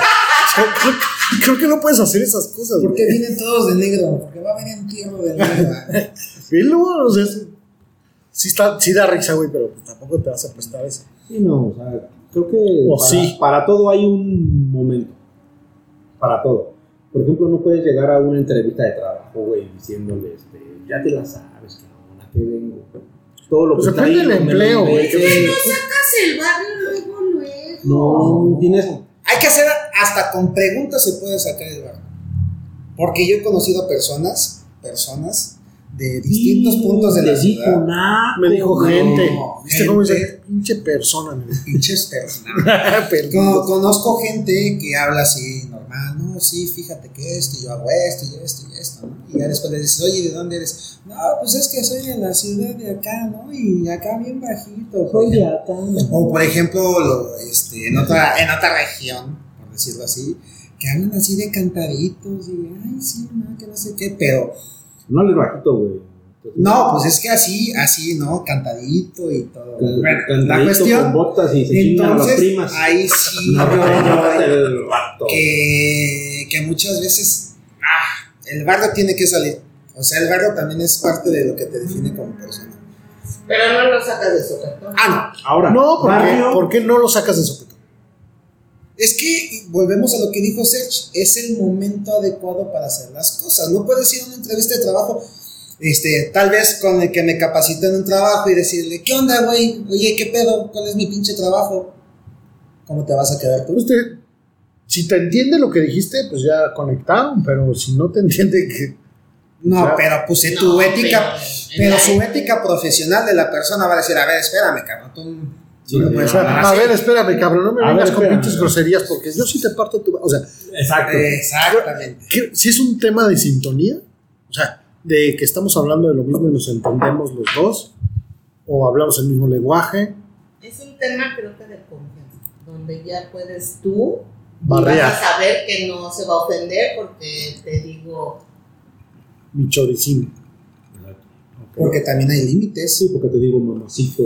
S5: sea, creo, que- creo que no puedes hacer esas cosas.
S6: ¿Por
S5: Porque
S6: qué vienen todos de negro? Porque va a venir un tierno de negro.
S5: velo, o sea, es- sí, está, sí da risa, güey, pero pues tampoco te vas a prestar eso.
S2: Sí, no, o sea, creo que.
S5: O
S2: para,
S5: sí.
S2: para todo hay un momento. Para todo. Por ejemplo, no puedes llegar a una entrevista de trabajo, güey, diciéndole, este, ya te la sabes, cabrón, a qué vengo. Todo lo
S5: Pues
S2: que está
S5: depende
S2: ahí,
S5: del
S2: no me
S5: empleo,
S2: lo
S5: güey, que-
S2: inventes.
S3: Sacas el barrio luego, luego.
S2: No, tienes.
S6: Hay que hacer, hasta con preguntas se puede sacar el barco. Porque yo he conocido personas, personas de distintos puntos de la
S2: Les dijo
S6: ciudad.
S2: nada.
S5: Me dijo
S6: No,
S5: Ah, gente. ¿Viste cómo
S6: gente.
S5: dice? Pinche persona, (laughs) me dijo.
S6: Pinches personas. Con- conozco gente que habla así normal, no, sí, fíjate que esto, yo hago esto, yo esto, y esto, ¿no? Y ya después le dices, oye, ¿de dónde eres? No, pues es que soy de la ciudad de acá, ¿no? Y acá bien bajito. por ejemplo". O por ejemplo, lo- este, en, otra, en otra región, por decirlo así, que hablan así de cantaditos y, ay, sí, no, que no sé qué, pero
S2: No les bajito, güey.
S6: no, pues es que así, así, ¿no? Cantadito y todo. Bueno,
S2: Can-
S6: la
S2: cantadito con
S6: cuestión,
S2: botas y se chingan a las
S6: entonces,
S2: primas.
S6: ahí sí,
S2: No,
S6: yo-
S2: el vato.
S6: Eh, que, que muchas veces ah, el barrio tiene que salir. O sea, el barrio también es parte de lo que te define como persona.
S3: Pero no lo sacas de su cartón.
S6: Ah, no.
S2: Ahora,
S5: No, porque,
S2: barrio-
S5: ¿por qué no lo sacas de sopetón?
S6: Es que volvemos a lo que dijo Serge, es el momento adecuado para hacer las cosas. No puedes ir a una entrevista de trabajo, este, tal vez con el que me capacita en un trabajo y decirle, ¿qué onda, güey? Oye, ¿qué pedo? ¿Cuál es mi pinche trabajo? ¿Cómo te vas a quedar tú?
S5: Pues te- si te entiende lo que dijiste, pues ya conectaron, pero si no te entiende que...
S6: No,
S5: Claro.
S6: pero pues en tu ética, pero su
S3: eh,
S6: ética profesional de la persona va a decir, a ver, espérame, cabrón, tú
S2: Sí,
S6: no
S2: sí,
S6: puedes
S5: o sea,
S2: Ah,
S6: hablar
S5: pues, a
S6: así".
S5: ver, espérame, cabrón, no me
S2: A ver,
S5: vengas con
S2: espérame.
S5: pinches groserías porque yo sí te parto tu... O sea,
S2: Exacto.
S6: Eh, Exactamente.
S5: que- si es un tema de sintonía, o sea, de que estamos hablando de lo mismo y nos entendemos los dos, o hablamos el mismo lenguaje,
S3: Es un tema, creo que de confianza. Donde ya puedes tú
S5: barrea,
S3: Vas a saber que no se va a ofender porque te digo,
S5: mi choricín.
S6: Porque también hay límites.
S2: Sí, porque te digo mamacito.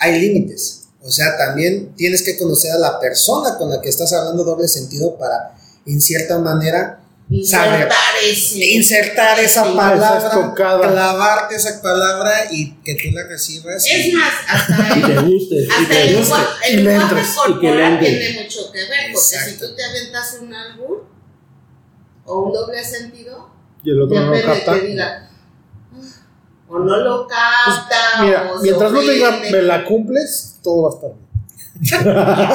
S6: Hay límites. O sea, también tienes que conocer a la persona con la que estás hablando doble sentido para, en cierta manera, Saber.
S3: insertar ese.
S6: insertar esa
S3: Sí.
S6: palabra,
S5: esa estocada.
S6: clavarte esa palabra y que tú la recibas.
S3: Es más, hasta
S2: Y
S3: el,
S2: te guste. Y
S3: hasta
S2: te
S3: el,
S2: guste.
S3: lenguaje- el
S5: y le
S3: lenguaje
S5: entres,
S2: y que le
S3: corporal
S2: entres.
S3: tiene mucho que ver, porque si
S6: Exacto.
S3: tú te aventas un álbum o un doble sentido,
S5: Y el otro no lo
S3: depende de
S5: capta. Pues,
S3: que diga, "Ah", o no lo capta,
S5: Mira,
S3: o se
S5: mientras no tenga,
S3: ofende.
S5: me la cumples, todo va a estar
S3: (laughs)
S5: bien. (laughs)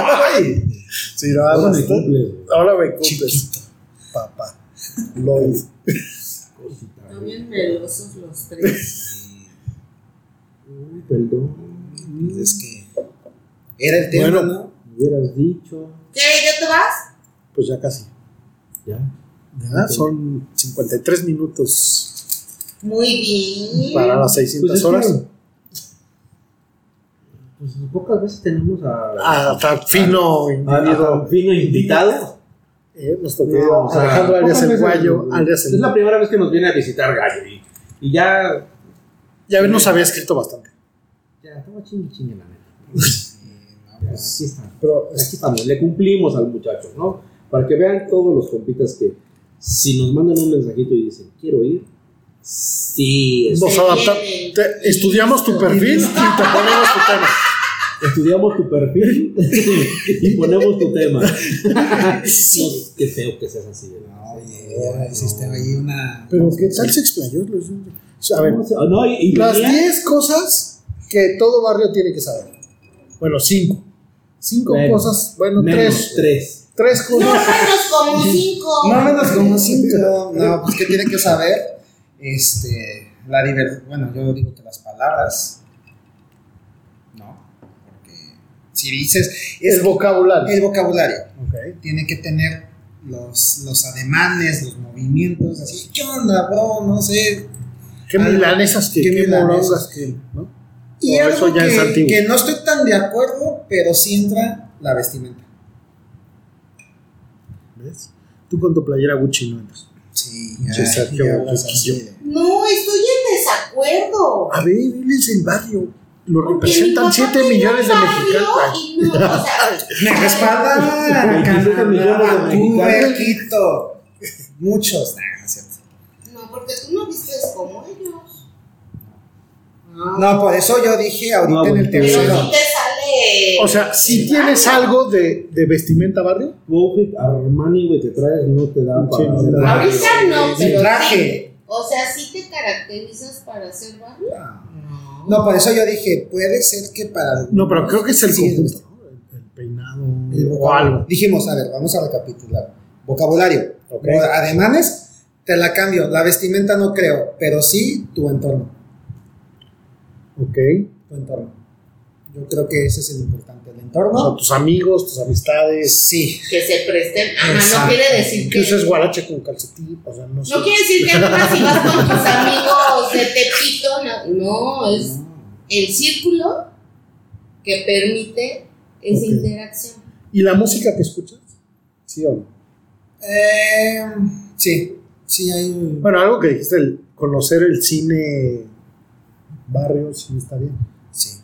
S5: Sí, no,
S2: Ahora
S5: ahora,
S2: me
S5: está-
S2: cumples, güey.
S5: ahora me cumples.
S6: Chiquito, papá.
S5: Lloyd.
S2: Cosita,
S3: Son
S2: güey.
S3: bien melosos los
S5: (laughs)
S3: tres.
S2: Uy, Perdón.
S6: Pues es que era el tema,
S5: Bueno.
S6: ¿no?
S2: Me hubieras dicho.
S3: ¿Qué? ¿Ya te vas?
S5: Pues ya casi.
S2: Ya.
S5: Ya, Son 53 minutos
S3: Muy bien.
S5: para las
S2: Pues
S5: 600
S2: es
S5: horas.
S2: que- Pues pocas veces tenemos a.
S5: Ah, tan fino,
S2: a- a vino invitado.
S5: Eh, nuestro
S2: No,
S5: querido
S2: o sea,
S5: Alejandro alias
S2: pocas
S5: el
S2: veces-
S5: Guayo, alias
S2: Es
S5: el.
S2: la primera vez que nos viene a visitar Gallo. Y, y ya.
S5: Ya ves, nos había escrito bastante.
S2: Ya, estaba chingue chingue la neta.
S6: no,
S2: (laughs) Ya,
S6: pues,
S2: Aquí está.
S6: pero
S2: Aquí estamos, le cumplimos al muchacho, ¿no? Para que vean todos los compitas que si nos mandan un mensajito y dicen, quiero ir, sí, es-
S5: Nos adaptamos. estudiamos tu perfil y te ponemos tu tema.
S2: estudiamos tu perfil (laughs) y ponemos tu tema. No, qué feo que seas así, ¿verdad?
S6: no, oye, ya hiciste ahí una.
S5: Pero ¿qué tal se explayó? Luis? O sea, A ver,
S2: Ah, No, y, y
S5: las
S2: venía-
S5: 10 cosas que todo barrio tiene que saber. Bueno, 5. 5
S2: Menos.
S5: cosas, bueno,
S2: menos
S5: 3.
S2: tres.
S5: 3
S3: No
S5: cosas.
S3: menos como cinco.
S6: No menos como cinco. No, pues que tiene que saber. Este, la diver- Bueno, yo digo que las palabras. No, porque si dices. es
S5: El vocabulario.
S6: el vocabulario.
S5: Ok.
S6: Tiene que tener los, los ademanes, los movimientos. Así, ¿qué onda, bro? No sé.
S5: ¿Qué
S6: Algo.
S5: milanesas que, ¿eh?
S6: ¿Qué
S5: qué,
S6: milanesas?
S5: morongas que, ¿no?
S6: Y
S5: O
S6: algo
S5: eso ya
S6: que,
S5: es antiguo.
S6: que no estoy tan de acuerdo, pero sí entra la vestimenta.
S5: ¿Ves? Tú con tu playera Gucci no entras.
S6: Sí,
S5: Sí, Sergio,
S6: ya hablas
S5: Sergio.
S6: así de-
S3: No, estoy en desacuerdo.
S5: A ver, diles el barrio. Lo
S3: Porque
S5: representan
S3: mi
S5: 7
S3: papá tiene
S5: millones de
S3: un
S5: mexicanos.
S3: barrio y no,
S5: (laughs)
S3: o sea,
S6: Me respaldan
S2: 27 millones de
S6: Canadá, Vancouver,
S2: mexicanos.
S6: Quito. Muchos. Nah, no, es cierto.
S3: No, porque tú no vistes como ellos.
S6: No, por eso yo dije ahorita
S2: No,
S6: en el
S2: bonito.
S3: pero
S6: tercero.
S3: sí te sale.
S5: O sea, si tienes algo de, de vestimenta barrio,
S2: Tu outfit Armani, güey, que traes no te da
S5: Sí,
S2: para
S5: no
S2: hacer
S5: te da.
S2: nada.
S3: Ahorita no,
S6: Sin
S3: pero.
S6: traje.
S3: sí. O sea, sí te caracterizas para ser barrio. No.
S6: No, por eso yo dije, puede ser que para.
S5: no, pero creo que es el
S6: Sí,
S5: conjunto, ¿no? El, el peinado
S6: el
S5: o
S6: vocabulario.
S5: algo.
S6: Dijimos, a ver, vamos a recapitular. Vocabulario.
S5: Ok.
S6: O Ademanes, te la cambio. La vestimenta no creo, pero sí tu entorno.
S5: Ok.
S6: Tu entorno. Yo creo que ese es el importante.
S5: O
S6: El
S5: sea,
S6: entorno.
S5: tus amigos, tus amistades.
S6: Sí.
S3: Que se presten. Ajá,
S6: Exacto.
S3: no quiere decir
S5: Que
S3: que.
S5: uses guarache con calcetín. O sea, no sé.
S3: No quiere decir que ahora si vas con tus amigos de Tepito. No, no, es el círculo que permite esa
S5: Ok.
S3: interacción.
S5: ¿Y la música que escuchas? Sí o no.
S6: Eh, sí. Sí, hay un.
S5: Bueno, algo que dijiste, el conocer el cine barrio, sí está bien.
S6: Sí.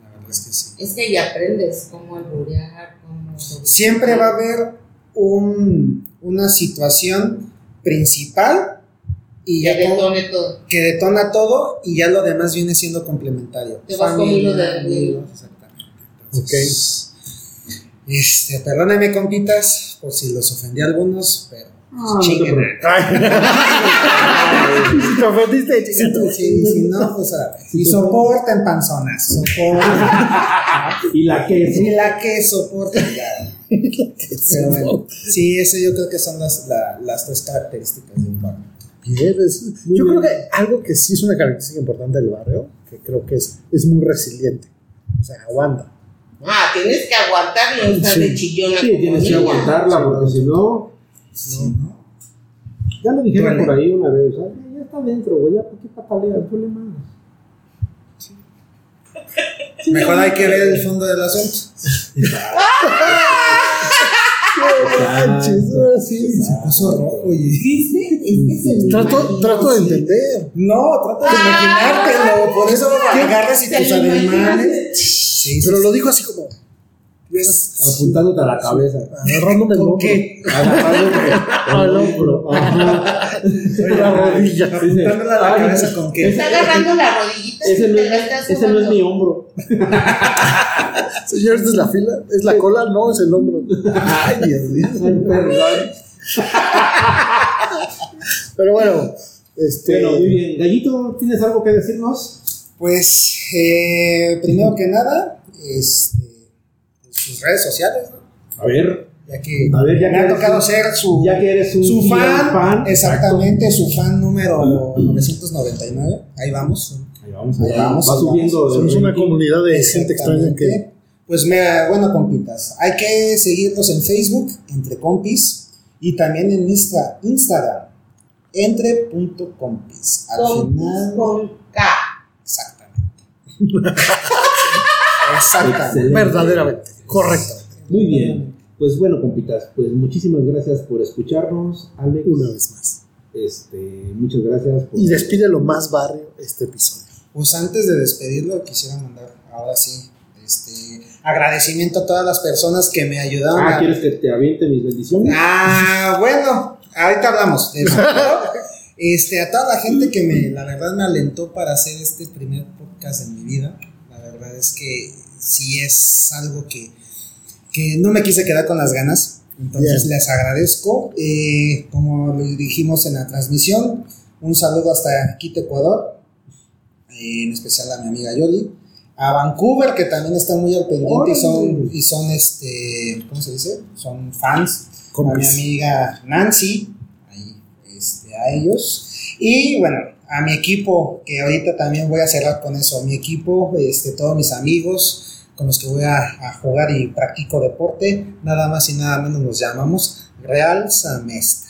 S6: La verdad es que sí.
S3: Es que ya aprendes cómo alburear, cómo.
S6: siempre va a haber un- una situación principal y ya
S3: Ya te
S6: todo-
S3: pone todo.
S6: que detona todo y ya lo demás viene siendo complementario.
S3: Te vas con
S6: Familia,
S3: hilo de-
S6: amigos, exactamente. Entonces, Este, perdónenme compitas por si los ofendí a algunos, pero
S3: No, no te
S6: chinguen.
S5: Te ofendiste,
S6: Sí,
S5: chica.
S6: sí, sí, no, pues, a ver. y soporten panzonas, soporten.
S2: Y la queso.
S6: Sí, la
S5: (laughs)
S6: que soporta. ya. Pero bueno, sí, ese yo creo que son las, la- las tres características de un barrio.
S5: Bien, es-
S2: Muy
S5: yo
S2: bien.
S5: creo que algo que sí es una característica importante del barrio, que creo que es, es muy resiliente. O sea, aguanta.
S3: Ah, tienes que aguantarlo, no estar
S5: Sí.
S3: de chillona.
S2: Sí,
S3: como
S2: tienes que
S3: niña.
S2: aguantarla, porque si no.
S6: Sí, ¿no?
S2: Ya lo dijeron
S6: Duele.
S2: por ahí una vez. ¿eh? "Ay, ya- ya está dentro, güey, ya, ¿por qué pataleas? Duele más.
S6: Mejor hay que ver el fondo del asunto.
S5: manches, ahora sí.
S6: Se puso rojo, oye.
S5: Trato, trato de entender. Ah,
S6: No, trata de imaginártelo. Por eso agarras y
S3: Se
S6: tus
S3: lo
S6: ademanes. Sí, sí,
S5: Pero
S6: sí.
S5: lo dijo así como
S6: Ves,
S2: Apuntándote a la cabeza.
S5: agarrándome el
S6: ¿Por
S5: hombro,
S6: qué?
S2: (laughs) Al hombro. Ajá.
S5: la rodilla.
S2: Dice,
S6: Apuntándole a la
S2: "Ay,
S6: cabeza con qué.
S3: Está agarrando la rodillita.
S2: Ese
S3: y
S2: no
S3: te la
S2: es,
S3: estás
S2: ese no es mi
S3: sobando.
S2: hombro.
S5: Señor, esta es la fila, es la cola, no es el hombro. Ay, Dios
S2: Ay,
S5: mío.
S2: perdón.
S5: Pero bueno, este.
S2: Bueno, muy bien. Gallito, ¿tienes algo que decirnos?
S6: Pues, eh, primero que nada, este, sus redes sociales, ¿no?
S2: A ver.
S6: ya que
S2: A ver, ya
S6: me
S2: que
S6: ha
S2: eres
S6: tocado
S2: un-
S6: ser su,
S2: Ya que eres un
S6: su
S2: gran
S6: fan,
S2: fan,
S6: exactamente, su fan número 999, ahí vamos.
S2: Ahí vamos,
S6: Ahí vamos,
S2: Va
S6: ahí
S2: subiendo. el
S5: somos una
S2: ranking.
S5: comunidad de gente extraña que.
S6: Exactamente. Pues me, bueno, compitas, hay que seguirnos en Facebook, entre compis, y también en Insta, Instagram, entre.compis. Al final,
S3: Con, con K.
S6: exactamente. (laughs) exactamente.
S2: Excelente.
S5: Verdaderamente. Correcto.
S2: Muy bien. Pues bueno, compitas, pues muchísimas gracias por escucharnos, Alex.
S5: Una vez más.
S2: Este, muchas gracias por
S5: Y despide lo más barrio este episodio.
S6: Pues antes de despedirlo, quisiera mandar, ahora sí, este, agradecimiento a todas las personas que me ayudaron.
S2: Ah,
S6: a-
S2: ¿quieres que te aviente mis bendiciones?
S6: Ah, bueno, ahorita hablamos. de eso.
S2: (laughs)
S6: Este, a toda la gente que me, la verdad, me alentó para hacer este primer podcast en mi vida. La verdad es que sí es algo que, que no me quise quedar con las ganas. Entonces les agradezco. Eh, como lo dijimos en la transmisión, un saludo hasta Quito, Ecuador. Eh, en especial a mi amiga Yoli. A Vancouver, que también está muy al pendiente y son, y son este, ¿cómo se dice? Son fans a mi amiga Nancy, ahí, este, a ellos. Y bueno, a mi equipo, que ahorita también voy a cerrar con eso, a mi equipo, este, todos mis amigos con los que voy a, a jugar y practico deporte, nada más y nada menos nos llamamos Real Samesta.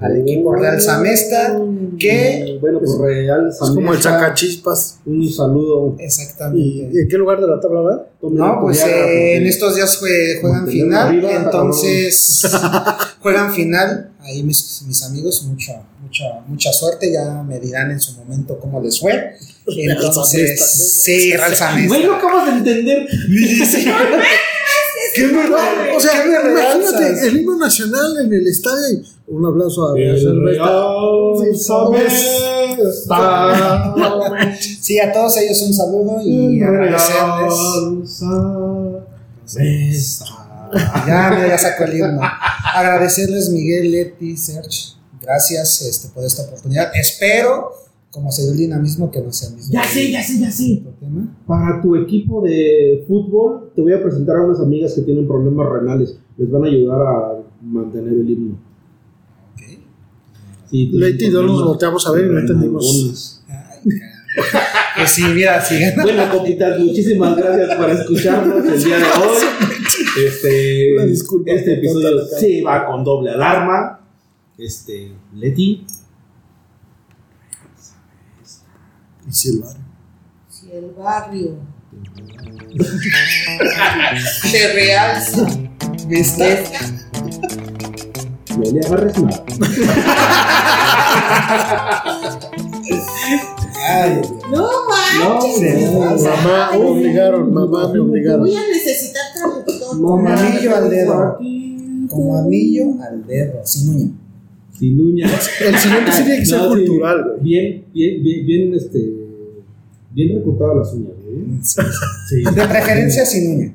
S6: Al equipo Real Samesta, que-
S2: Bueno, pues Real
S5: Es como el
S2: Zamesa,
S5: sacachispas.
S2: Un saludo.
S6: exactamente.
S5: ¿Y en qué lugar de la tabla va?
S6: No, pues eh, en estos días jue- juegan
S2: Monterrey
S6: final,
S2: arriba,
S6: entonces (laughs) juegan final. Ahí mis, mis amigos, mucha, mucha, mucha suerte. Ya me dirán en su momento cómo les fue. Entonces,
S5: Samesta, ¿no?
S6: sí, Real Samesta.
S2: Güey, lo acabas de
S6: (laughs)
S2: entender. (laughs)
S5: ¿Qué verdad? O sea,
S6: ¿Qué me regalas?
S5: imagínate el himno nacional en el estadio. y Un aplauso a Real
S2: El
S6: (laughs)
S2: Real Zamesa.
S6: Sí, a todos ellos un saludo
S2: Mm,
S6: y agradecerles. Ah, Ya, mira, ya sacó el himno. Agradecerles, Miguel, Leti, Serge. Gracias este, por esta oportunidad. Espero, como se dio el dinamismo, que no sea el mismo.
S2: Ya sé, ya sé, ya sé.
S6: tema.
S2: Para tu equipo de fútbol, te voy a presentar a unas amigas que tienen problemas renales. Les van a ayudar a mantener el himno. Sí, tienen
S5: Leti y yo nos
S2: problemas
S5: volteamos a ver y no entendimos.
S2: renalones.
S6: Pues sí, mira, sí gana.
S2: Bueno, copitas, muchísimas gracias por escucharnos el día
S5: (laughs)
S2: de hoy.
S5: Una
S2: Este,
S5: disculpa
S2: este
S5: por
S2: episodio
S5: tanta cara.
S2: sí va con doble alarma. Este, Leti,
S5: Y silbar.
S3: Si el barrio (laughs) se realza,
S6: ¿Viste?
S2: no le agarres nada.
S6: Ay,
S3: no manches.
S6: se pasa.
S5: Mamá, me obligaron, mamá, me obligaron.
S3: Voy a necesitar traductor.
S6: como
S2: Mamá.
S6: anillo al dedo. Como anillo al dedo, sin uña.
S2: Sin uñas.
S5: El siguiente sí tiene que ser
S2: No, sí,
S5: cultural, güey.
S2: Bien, bien, bien, bien, este. Bien recortadas las uñas, ¿eh?
S6: De preferencia sin uña.